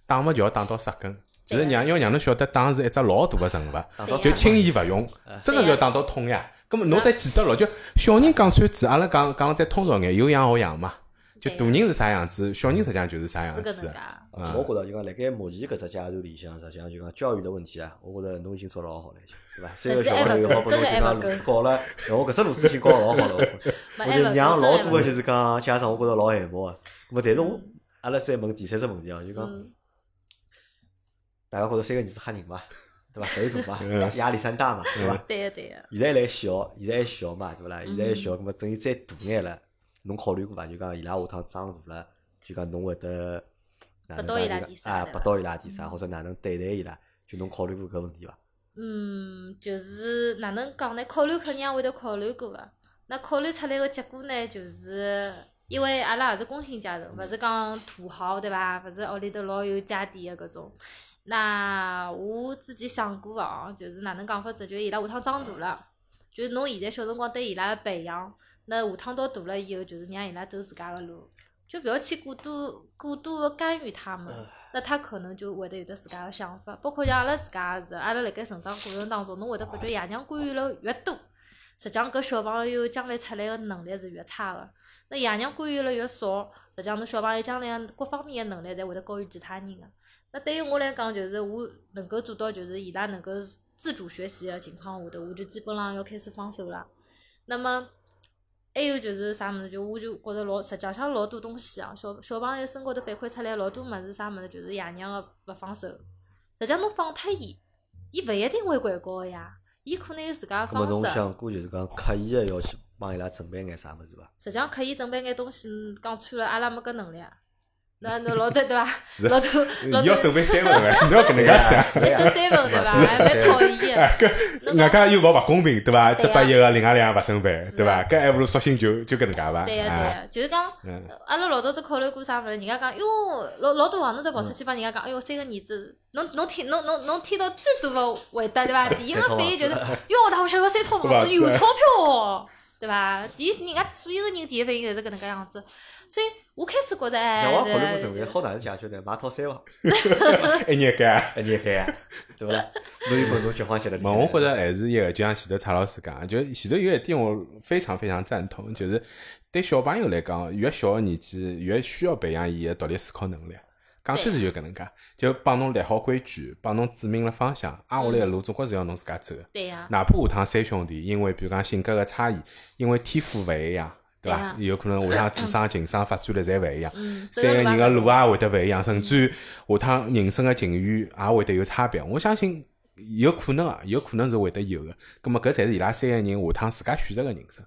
打嘛就要打到杀根，就是
对啊
让要让侬晓得打是一只老大个惩 罚。
打
对
到
啊呀
就轻易勿用，
啊
真个是要打到痛呀。咁么侬才记得牢，就小人讲穿子，阿拉讲讲再通俗眼，有样学样嘛。就
对
大人是啥样子，小人实际上就是啥
是
样
搿能
子
介。。
啊我觉着就讲，辣盖目前搿只阶段里向，实际上就讲教育的问题啊，我觉着侬已经做得老好了，已经对伐？三个小朋友好拨侬就讲路子搞了，然后搿只路子已经搞得老好了，我觉着
没
啊我
还
就
勿够
让老
真
多个
还勿
就是讲家长，我觉着老羡慕个。咾么，但是我
嗯
阿拉再问第三只问题啊，就
够
讲
嗯，
大家觉着三个儿子吓人 伐？对伐？头大嘛，
嗯
压力山大嘛，对伐？
对个对个。
现在还来小，现在还小嘛，对勿啦？现在还
嗯
小，葛末等伊再大眼了，侬考虑过伐？就讲伊拉下趟长大了，就讲侬会得哪能
拨到伊
讲就
拉点
讲
啥
啊，
对
拨
伐
到伊拉点啥，
嗯
或者哪能对待伊拉，就侬考虑过搿问题伐？
嗯，就是哪能讲呢？考虑肯定也会得考虑过个，那考虑出来个结果呢，就是因为阿拉也是工薪阶层，勿是讲土豪对伐？勿是屋里头老有家底个搿种。那我自己想过哦，就是哪能讲法子，就是伊拉下趟长大了，就是侬现在小辰光对伊拉个培养，那下趟到大了以后，就是让伊拉走自家个路，就勿要去过多过多个干预他们。那他可能就会得有得自家个想法，包括像阿拉自家也是，阿拉辣盖成长过程当中，侬会得发觉爷娘干预了越多，实际上搿小朋友将来出来个能力是越差个。那爷娘干预了越少，实际上侬小朋友将来各方面个能力侪会得高于其他人个。那对于我来讲，就是我能够做到，就是伊拉能够自主学习个情况下头，我就基本上要开始放手了。那么还有就是啥物事，就我就觉着老实际上老多东西啊，小小朋友身高头反馈出来老多物事，啥物事就是爷娘个勿放手。实际上侬放脱伊，伊勿一定会管教个呀，伊可能有自家个
葛末
方
侬
式。
想过就是讲刻意个要去帮伊拉准备眼啥物事 伐？
实际上刻意准备眼东西，嗯讲穿了，阿拉没搿能力。那那老多对伐？
是
老多老
伊要
多
准备三份个， 你要搿能
哎
介想。
一手三份啊对伐？还蛮讨厌
哎
的。
搿
侬
外
讲
加又勿勿公平，对伐？只拨一个，另外两个勿准备，
是
对伐？
啊
搿还不如索性就就搿能介伐？
对个对
哎
个，就是讲
嗯，
阿拉老早子考虑过啥物事，人家讲哟，老老多网侬再跑出去帮人家讲，哎哟，三个儿子，侬侬听侬侬侬听到最多个回答对伐？第一个
三套
反应就是
房子
哟，大伙想要三套房子，有钞票哦。对伐？第一，人家所有的人第一反应侪是搿能介样子，所以我开始觉着哎
像，我考虑过
是
准备，好哪能解决呢？买套衫伐？一
一年哎干。
哎
年干啊， 对勿啦？侬有本事侬结婚去了。
没，我觉着还是一个，就像前头蔡老师讲，就前头有一点我非常非常赞同，就是对小朋友来讲，越小个年纪越需要培养伊个独立思考能力。讲穿是就搿能介，就帮侬立好规矩，帮侬指明了方向，挨下来个路总归是要侬自家走的。
对呀、
哪怕下趟三兄弟，因为比如讲性格个差异，因为天赋勿一样，对
对
伐
啊？
有可能下趟智商、情商发展了侪勿 一样。
嗯，
三个人
个
个路啊也会得勿一样，甚至下趟人生个境遇也会得有差别。我相信有可能啊，有可能是会得有个。葛末搿才是伊拉三个人下趟自家选择个人生，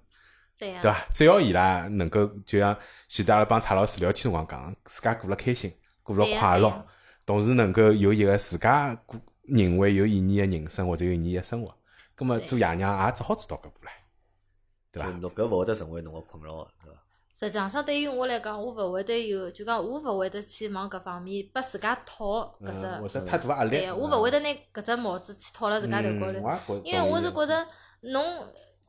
对呀、
对伐？只要伊拉能够就像前头阿拉帮蔡老师聊天辰光讲，自家过了开心，过了
对呀
快
对
乐
呀，
同时能够有一个自家过认为有意义个人生或者有意义个生活，葛末
对嗯
做爷娘也只好做到搿步唻，对伐
就？侬搿勿会得成为侬个困扰个，对伐？
实际上，对于我来讲，我勿会得有，就讲我勿会得去往搿方面拨自家套搿
嗯或
只，
者太大压力，
对，我勿会得拿搿只帽子去套辣自家头高头
嗯。我也觉得
因为我是
同
觉
意
着侬，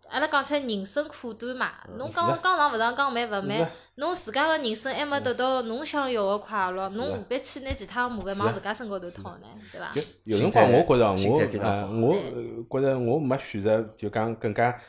阿拉讲起来人生苦短嘛，侬
嗯是
讲
的
我讲长勿长，讲慢勿
是的嗯
慢，侬自家个人生还没得到侬想要个快乐，
的
侬何必去拿其他麻烦
是的
往自家身高头套呢？对伐
就？有辰
心
光，
态
我觉着
心
我
态非常
呃
好
我呃觉着我没选择，就讲更加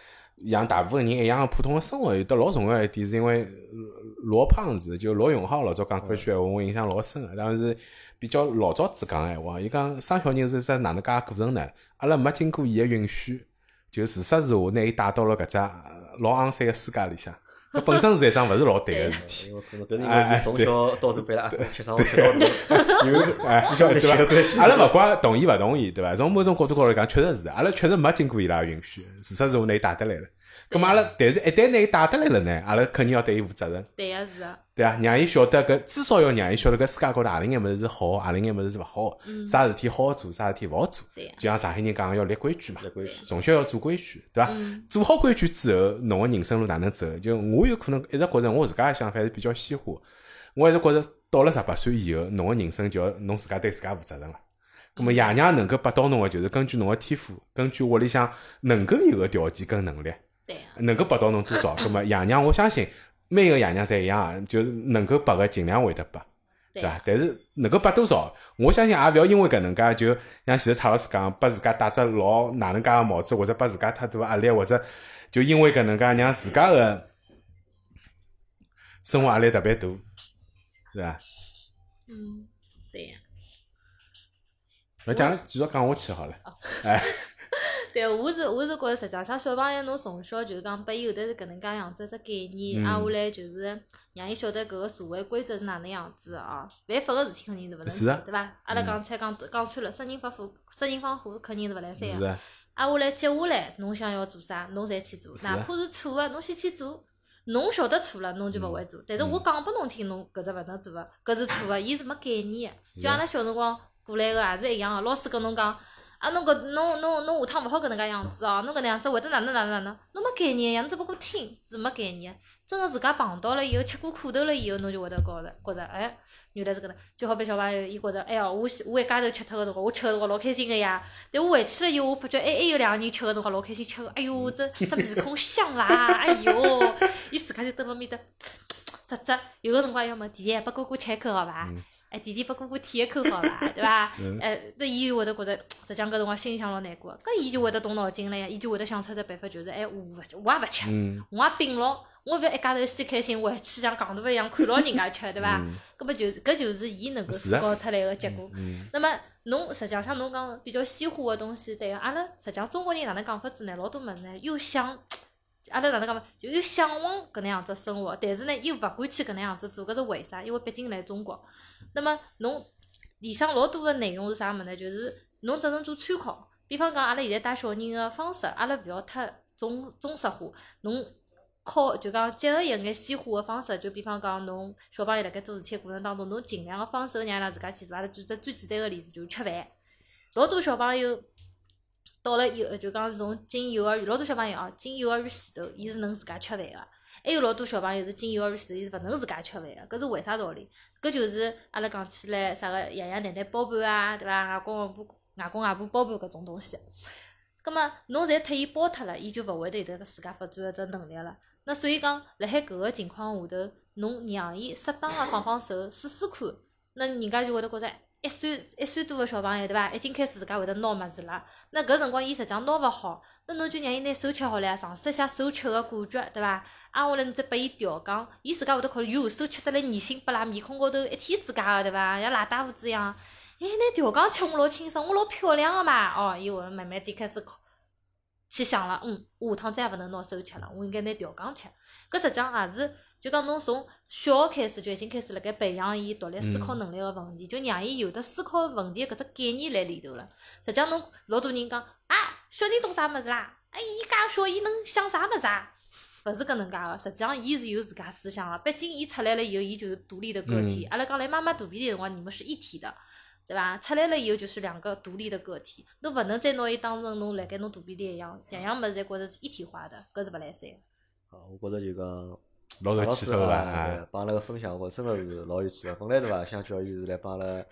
像大部分人一样普通的生活，有得老重要一点，是因为呃罗胖子就罗永浩老早讲过一句闲话，我印象老深个，当时比较老早子讲个闲话，伊讲生小人是只哪能介过程呢？阿拉没经过伊个允许，就自杀是我拿伊带到了搿只呃老肮三个世界里向，搿本身是一桩勿是老哎对个事体。
因为可能搿是因为你从小到大被拉阿公吃伤吃到大，
有 哎，对
血
伐
关系
阿拉勿怪同意勿同意，对伐？从某种角度高头讲，确实是，阿拉确实没经过伊拉的允许，事实是我拿伊带得来了。咁嘛阿拉，但是一旦拿伊带得来了呢，阿拉肯定要对伊负责任，
对个是个，
对伐？让伊晓得搿，至少要让伊晓得搿世界高头何里眼物事是好，何里眼物事是勿好，啥事体好做，啥事体勿好做。
嗯对啊个，
就像上海人讲的，要立规矩嘛
立，规矩
从小要做规矩，对伐
嗯？
做好规矩之后，侬个人生路哪能走？就我有可能一直觉着我自家个想法是比较鲜活，我一直觉着到了十八岁以后，侬个人生就要侬自家对自家负责任了。咁
嗯
么爷娘能够拨到侬个，就是根据侬个天赋，根据屋里向能够有个条件跟能力，
对啊个，
能够拨到侬多 少。咁么爷娘，我相信每个爷娘侪一样，啊就是能够拨个尽量会得拨。
对
伐
啊
但
个？，
是能够拨多少，我相信也勿要因为搿能介，就像前头蔡老师讲，拨自家戴只老哪能介个帽子，或者拨自家太大压力，或者就因为搿能介让自家个生活压力特别大，啊是伐？
嗯，对个。
勿嗯讲继续讲下去好了。哎，
对，我是我是觉着，实际上小朋友侬从小就是讲拨伊有的是搿能介样子一只概念，
嗯
挨下来就是让伊晓得搿个社会规则是哪能样子的啊。犯法个事体肯定是勿能
是
做
啊，
对伐？阿拉讲起来讲讲穿了，杀人放火，杀人放火肯定是勿来三
是
个。
啊，
挨下来接下来，侬想要做啥，侬侪去做，
是啊
哪怕是错个，侬先去做。侬晓得错了，侬就勿会
嗯
做。但是我讲拨侬听，侬搿只勿能做个，搿是错个，伊是没概念
是
个。
啊
就阿拉小辰光过来个也是一样个，老师跟侬讲，啊侬搿侬侬侬下趟勿好搿能介样子哦，侬搿能样子会得哪能哪能哪能，侬没概念呀，侬只不过听是没概念。真个自家碰到了以后，吃过苦头了以后，侬就会得觉着觉着，哎，原来是搿能。就好比小朋友，伊觉着，哎哟，我喜我一家头吃脱个辰光，我吃个辰光老开心个呀。但我回去了以后，我发觉，哎，还有两个人吃个辰光老开心，吃个，哎
嗯
哟，这这面孔香啦， 哎哟，伊自家就蹲辣面搭，啧啧，有个辰光要么弟弟拨哥哥吃一口好伐
嗯？
哎，弟弟拨哥哥舔一口好伐？ 对伐
嗯？
哎，这伊就会得觉着，实际上搿辰光心里向老难过，搿伊就会得动脑筋了呀，伊就会得想出只办法，就是，哎，我勿吃，我也勿吃。
嗯，
我也并牢，我勿要一家头先开心，回去像戆大勿一样看牢人家吃，对伐
嗯？
搿么就是搿就是伊能够
是啊
思考出来个结果。
嗯，
那么侬实际上像侬讲比较西化个东西，对个，啊阿拉实际上中国人哪能讲法子呢？老多物事呢，又想阿拉哪能讲嘛，就又向往搿能样子生活，但是呢又勿敢去搿能样子做，搿是为啥？因为毕竟来中国。那么侬里向老多个内容是啥物事呢？就是侬只能做参考。比方讲，阿拉现在带小人个方式，阿拉勿要太中中式化，侬。靠，就讲结合一眼西化个方式，就比方讲，侬小朋友辣盖做事体个过程当中，侬尽量个放手让伊拉自家去做。阿拉举只最简单个例子，就是吃饭。老多小朋友到了以后，就讲是从进幼儿园，老多小朋友哦，进幼儿园前头，伊是能自家吃饭个。还有老多小朋友是进幼儿园前头，伊是勿能自家吃饭个，搿是为啥道理？搿就是阿拉讲起来啥个爷爷奶奶包办啊，对伐？外公外婆外公外婆包办搿种东西。葛末侬侪替伊包脱了，伊就勿会得有得自家发展的只能力了。那所以讲，辣海搿个情况下头，侬让伊适当个帮帮手，试试看，那人家就会得觉着哎一岁一岁多个小朋友对伐，已经开始自家会得拿物事了。那搿辰光伊实际上拿勿好，那侬就让伊拿手吃好了呀，尝试一下手吃个感觉，对伐？挨下来侬再拨伊调讲，伊自家会得考虑，哟，手吃得来泥腥巴拉，面孔高头一天自家个对伐，像赖大胡子一样。哎，拿调羹吃我老清爽，我老漂亮个嘛。哦，伊会慢慢点开始考去想了，嗯，我下趟再也勿能拿手吃了，我应该拿调羹吃。搿实际上也是，就讲侬从小开始就已经开始辣盖培养伊独立思考能力个问题，就让伊有得思考问题搿只概念辣里头了。实际上侬老多人讲啊，小人懂啥物事啦？哎，伊介小，伊能想啥物事啊？勿是搿能介个，实际上伊是有自家思想个，毕竟伊出来了以后，伊就是独立的个体。
嗯
阿拉讲辣妈妈肚皮里辰光，你们是一体的。对伐？出来了以后就是两个独立的个体，侬勿能再拿伊当成侬辣盖侬肚皮里一样，
嗯
样样物事侪觉着是一体化的，搿是勿来三个。
啊，我觉着就讲曹
老有
老
气
师
头
啊
啊
对，帮阿拉个分享，我觉得真的是老有气头。本来对伐，想叫伊是来帮阿拉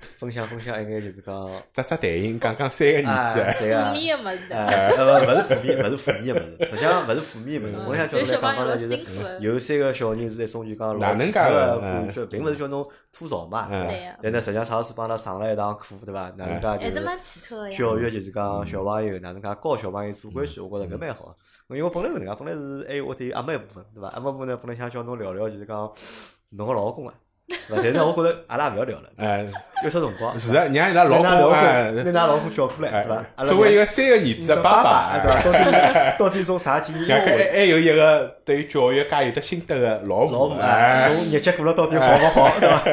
分享分享一眼，就是 讲
扎扎台印，讲讲三个
啊，
儿子，
对啊
负。面个物事
啊，
的，
呃，勿勿是负面，勿是负面物事，实际上勿是负面物
嗯
事。我想叫侬来讲讲呢，就是有三个小人是在种就讲老奇特的感
嗯
觉，并勿是叫侬吐槽嘛。
对个，
但呢，实际上曹老师帮阿拉上了一堂课，哎对伐？哪
嗯
能介
还
就是是
蛮奇特个呀。
教育就是讲小朋友哪能介教小朋友做
嗯
关系，我觉着搿蛮好。因为我本来是搿能介，本来是还有我对阿妹部分，对伐？阿妹部分呢，本来想叫侬聊聊，就是讲侬个老公啊，对伐？但是呢，我觉着阿拉也勿要聊了，
哎，
有啥辰光？
是啊，让伊拉老
拿老
公啊
公，，拿老公叫过来，对伐？阿
哎，
拉
作为一个三个儿
你
子的
爸啊
爸，哎
对伐？到底到底是种啥体验？因
外加
为
还
我
还有一个对教育介有得心得的老
老
母
婆啊，
哎，
侬日脚过了到底好勿好，对 伐？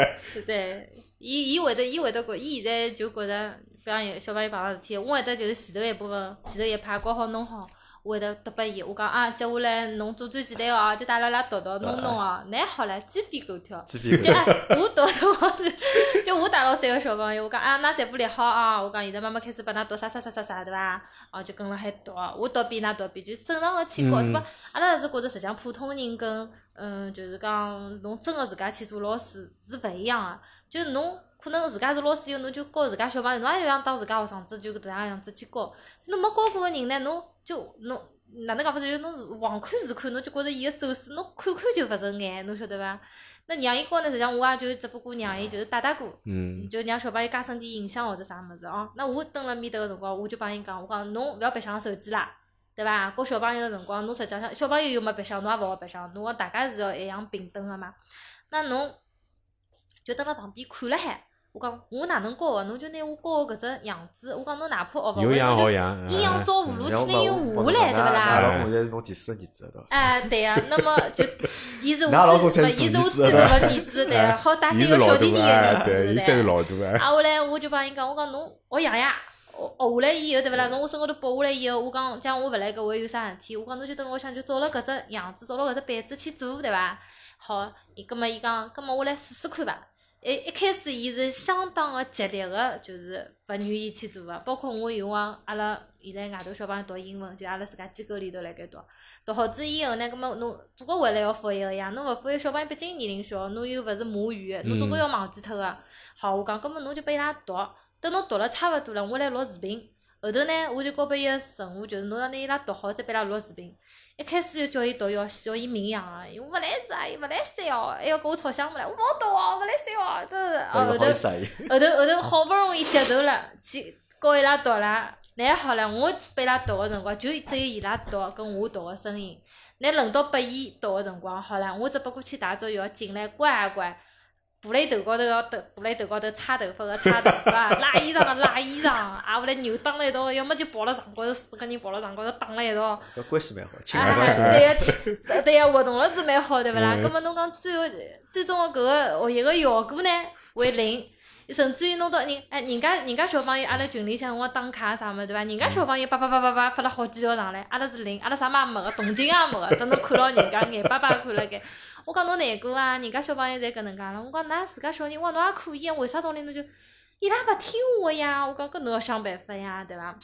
对，伊伊会得，伊会得觉，伊现在就觉着，比方有小朋友碰上事体，我会得就是前头一部分，前头一派搞好弄好，我会得答拨伊，我讲啊，接下来侬做最简单个哦，就带阿拉读读弄弄哦，难好了，鸡飞狗跳。
鸡皮
就
疙
哎，我读读，就我带牢三个小朋友，我讲啊，㑚全部立好啊！我讲现在妈妈开始拨㑚读啥啥啥啥啥，对伐？哦，就跟辣海读，我读比㑚读比，就正常个去教。只不过阿拉是觉着，实际上普通人跟嗯，就是讲侬真个自家去做老师是勿一样个、啊就侬可能自家是老师以后，侬就教自家小朋友，侬也像当自家学生子，就搿能样样子去教。侬没教过个人呢，侬就侬哪能讲法子？就是侬是望看是看，侬就觉着伊个手势，侬看看就勿顺眼，侬晓得伐？那让伊教呢，实际上我也就只不过让伊就是打打鼓，
嗯，
就让小朋友加深点印象或者啥物事哦。那我蹲辣面头个辰光，我就帮伊讲，我讲侬勿要白相手机啦，对伐？教小朋友个辰光，侬实际上小朋友又没白相，侬也勿好白相，侬讲大家是要一样平等个嘛。那侬就蹲辣旁边看了海，我讲我哪能教个？侬就拿我教个搿只样子，我讲侬哪怕学勿
有
会，
样
侬
好嗯
就
样，
阴阳
哎
照葫芦
瘩。
去拿伊画下
㑚
来，对勿
老公现
啦？
在是侬第四个儿子，对伐？
哎，对呀、那么就 伊是
㑚老
我
公
最，
才
勿
是
伊是
大
我
儿子 对
最大的儿子，对呀，好带三
伊是
个
哎老
小
大
弟弟个
哎，
儿
对，
子，
伊才
呀
是。老大 哎，
啊，后来我就帮伊讲，我讲侬学爷爷，学学下来以后对勿啦？从我身高头拔下来以后，我讲讲我勿来搿位有啥事体，我讲侬就等屋里向就照了搿只样子，照了搿只板子去做，对伐？好，伊葛末伊讲，葛末我来试试看伐。一一开始，伊是相当个极力个，就是勿愿意去做个，包括我有往阿拉现在外头小朋友读英文，就阿拉自家机构里头辣盖读，读好子以后呢，葛末侬总归回来要复习个呀，侬勿复习，小朋友毕竟年龄小，侬又勿是母语，侬总归要忘记脱个。好，我讲，葛末侬就拨伊拉读，等侬读了差勿多了，我来录视频。后头呢，我就交拨伊个任务，就是侬要拿伊拉读好，再拨伊拉录视频。一开始就叫伊读，要死，要伊名扬啊，伊勿来事啊，伊勿来三哦，还要跟我吵相骂来，我勿读哦，勿来三哦，真是。
勿
啊后
好
头
意思啊，伊
后头后头好不容易接受了，去教伊拉读啦，拿好了，我拨伊拉读个辰光，就只有伊拉读跟我读个声音。拿轮到拨伊读个辰光，好了，我只不过去洗只浴要进来乖啊乖，爬辣伊头高头要头，爬辣伊头高头擦头发个擦头发， 拉衣裳个拉衣裳，啊，后来扭打了一道，要么就跑辣床高头，四个人跑辣床高头打了一道。
搿关系蛮好，亲子
啊
关系蛮好。
对呀，亲对呀，活动了是蛮好，对勿啦？
嗯
葛末侬讲最后最终个搿个学习个效果呢为零，甚至于弄到人哎，人家人家小朋友阿拉群里向我打卡啥物事对伐？人家小朋友叭叭叭叭叭发了好几条上来，阿拉是零，阿拉啥嘛也没个，动静也没个，只能看牢人家眼巴巴看了该。我讲侬难过啊，人家小朋友侪搿能介了。我讲㑚自家小人，我讲侬也可以啊，为啥道理侬就伊拉勿听话呀？我讲搿侬要想办法呀，对伐？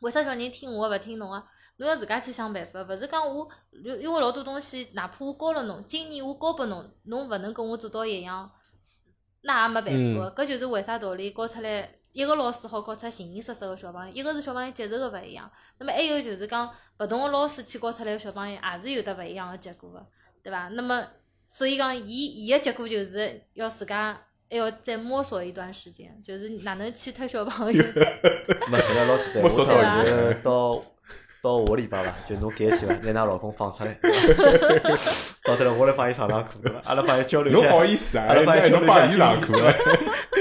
为啥小人听我勿听侬啊？侬要自家去想办法，勿是讲我，因因为老多东西，哪怕我教了侬，今年我教拨侬，侬勿能跟我做到一样，那也没办法。搿就是为啥道理教出来一个老师好教出形形色色个小朋友，一个是小朋友接受个勿一样，那么还有就是讲勿同个老师去教出来个小朋友，也是有得勿一样个结果个，对伐？那么所以讲，伊伊个结果就是要自家还要再摸索一段时间，就是哪能去推小朋友，
没搿个老简单，
没
我
收
到
大概到到下个礼拜伐，就侬改天伐，拿㑚老公放出来， 到头来我来帮伊上上课，阿拉帮伊交流一
侬
下。
好意思啊？
阿拉帮伊
哎
交
侬
流
帮
一
伊
下
上课
经
啊？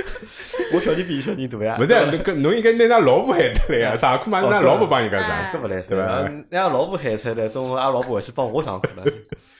我小人比伊小人大呀，
勿是啊，侬搿侬应该拿㑚老婆喊得 来
哦
呀，上课嘛是㑚老婆帮伊家上
哎。
啊搿勿来塞
对吧
伐？人家老婆喊出来，等我阿拉老婆回去帮我上课了。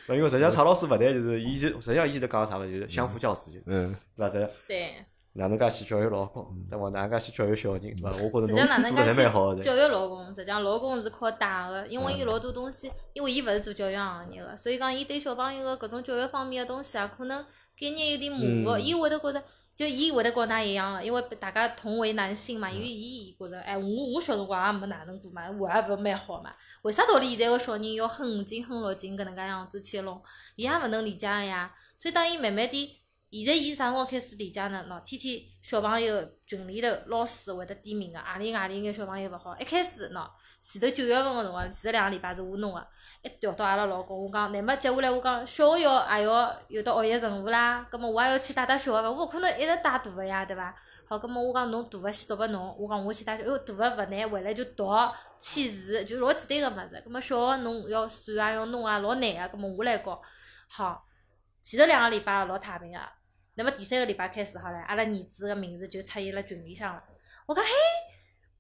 因为实际上蔡老师勿对，就是伊就实际上伊就讲啥嘛，就是相夫教子，就对
嗯，
伐？实际上
对，
哪能介去教育老公，对伐？哪能介去教育小人，对伐？我觉
实
着
际上哪
侬
能
做得
介
还蛮好
去
的。嗯
教育老公？实际上老公是靠带个，因为伊老多东西，因为伊勿是做教育行业个，所以讲伊对小朋友个搿种教育方面个东西啊，可能概念有点模糊，
嗯
伊会得觉着。就伊会得跟㑚一样个，因为大家同为男性嘛，因为伊伊觉着，哎，我我小辰光也没哪能过嘛，我也勿蛮好嘛，为啥道理现在个小人要哼五斤哼六斤搿能介样子去弄，伊也勿能理解个呀。所以当伊慢慢点，现在伊啥辰光开始理解呢？喏，天天小朋友群里头老师会得点名个，何里何里眼小朋友勿好。一开始喏，前头九月份个辰光，前头两个礼拜是我弄个，一调到阿拉老公，我讲，乃末接下来我讲，小学也要有得学习任务啦，葛末我也要去带带小个伐？我勿可能一直带大个呀，对伐？好，葛末我讲侬大个先读拨侬，我讲我去带小，哎哟，大个勿难，回来就读签字，就老简单个物事。葛末小个侬要算啊，要弄啊，老难个，葛末我来教。好，前头两个礼拜老太平个，那么第三个礼拜开始好了，阿拉儿子个名字就出现了群里向了。我讲嘿，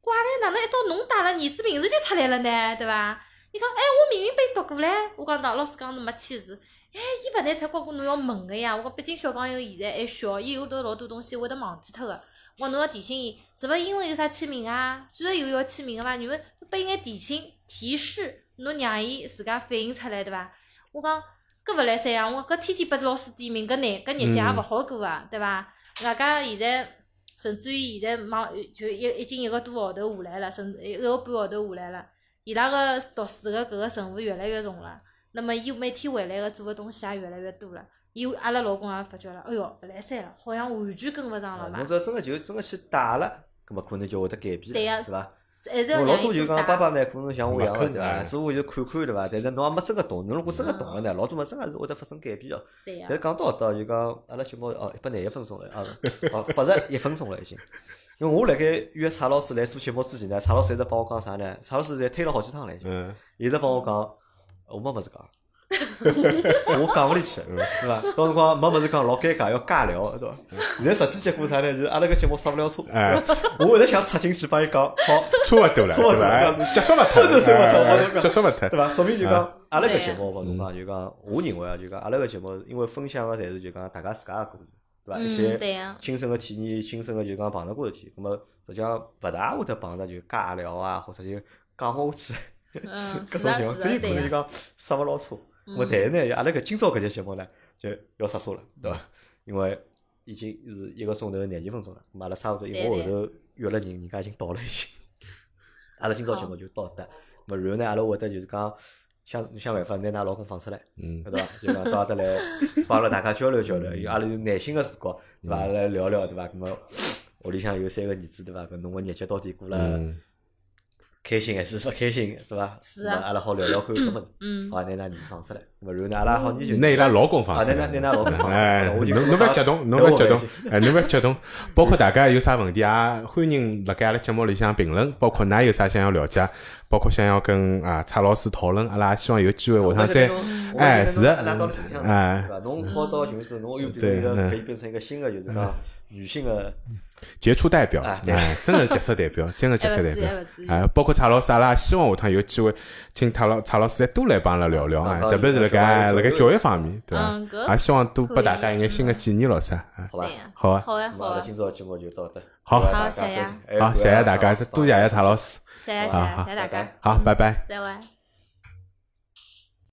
怪嘞，哪能一到侬带了儿子名字就出来了呢？对伐？伊讲哎，我明明被读过唻。我讲当老师讲是没签字。哎，伊勿难出国，侬要问个呀。我讲毕竟小朋友现在还小，伊有得老多东西会得忘记脱个。我讲侬要提醒伊，是勿是因为有啥签名啊？虽然有要签名个伐，你们拨伊眼提醒提示，侬让伊自家反应出来对伐？我讲搿勿来三呀！我讲搿天天拨老师点名，搿难搿日节也勿好过啊，对伐？外加现在甚至于现在忙就一已经一个多号头下来了，甚至一个半号头下来了，伊拉个读书个搿个任务越来越重了。那么伊每天回来个做个东西也越来越多了。伊阿拉老公也发觉了，哎哟，勿来三了，好像完全跟勿上了
啊
嘛
侬。只要真个就真个去带了，搿么可能就会得改变了，
对呀
是伐？
还是要
哎我老
让
多
伊
就
多
讲
打
爸爸蛮可能像我一样的，
勿可能
对伐？
哎
只不过就看看对伐？但是侬也没真个懂，侬如果真个懂了呢，老多么真个是会得发生改变的。
对嗯呀、
但是讲到搿搭就讲，阿拉节目哦一百廿一分钟了， 啊，哦八十一分钟了已经。因为我辣盖约蔡老师来做节目之前呢，蔡老师一直帮我讲啥呢？蔡老师侪推了好几趟了已经，
嗯，
一直帮我讲，呃我没物事讲。我讲勿里去，嗯是 伐？到辰光没物事讲，老尴尬，要尬聊，对伐？现在实际结果啥呢？就是阿拉搿节目刹不了车，
哎，
我一直想插进去帮伊讲，好，
差勿多了，
差勿多
对伐？
了
哎结束勿
是的是的我
脱，
都
结束勿脱
对，伐？说明就讲阿拉
对
搿
呀
节目，我侬
嗯
讲就讲，我认为啊，就讲阿拉搿节目，因为分享个侪是就讲大家自家个故事，对伐？一
嗯，对
些
呀、
亲身个体验，亲身个就讲碰着过事体，葛么实际上勿大会得碰着就尬聊啊，或者就讲勿下去
嗯，
搿
是
种
啊
情况，只有
是啊，
可
对
能就
呀、
讲刹勿牢车。
嗯
么但是呢，阿拉搿今朝搿节节目呢，就要刹车了，对伐？因为已经是一个钟头廿几分钟了，咁阿拉差勿多一个号
对
头约了人，人家已经到了已经。 阿拉今朝节目就到搿搭，咁啊然后呢，阿拉会得就是讲想想办法拿㑚老公放出来，
嗯
对 伐？就讲到阿搭来帮阿拉大家交流交流，
嗯
有阿拉有耐心个视角，对伐？阿拉来聊聊，对伐？咁么屋里向有三个儿子，对伐？搿侬个日节到底过了
嗯，
开心还是勿开心，对伐？
是啊
咁阿拉好聊聊看搿么子。
嗯，
好，拿㑚儿子放出来，咁然后呢，阿拉好研究。
拿嗯伊拉老公放
啊，
出
拿
来
拿。拿㑚老公放出
哎，
来，我
侬
就
侬勿要激动，侬勿要激动，哎，侬勿要激动。 包括大家有啥问题啊，欢迎辣盖阿拉节目里向评论。包括㑚有啥想要了解，包括想要跟啊蔡老师讨论，阿拉也希望有机会下趟再。哎，是
的
的，，
拉到了群里向，
哎
对，吧？侬好到群里头，侬又变成
对
一个
嗯
可以变成一个新的，就是讲女性的，
杰出代表，
啊对
哎，真的是杰出代表，真的杰
还
出
勿
代
至于，
表。
还勿至于。
哎，包括蔡老师，阿拉也希望下趟有机会，请蔡老蔡老师再多来帮阿拉聊聊啊
啊，
特别是辣
教
盖
育
辣盖教育方面，对
嗯
伐？
搿
也希望多拨大家一眼新的建议咯，啥？啊
好吧
对？呀
好啊，
好呀，
那么
好
阿拉
呀，
今朝节目就到这，
好
感大家
好谢谢啊
收听哎
好，
感
谢谢大
蔡
家，
老师嗯
多谢谢蔡老师，
谢谢谢
好好
谢谢谢
拜
大家
拜，
好，拜拜。
再会。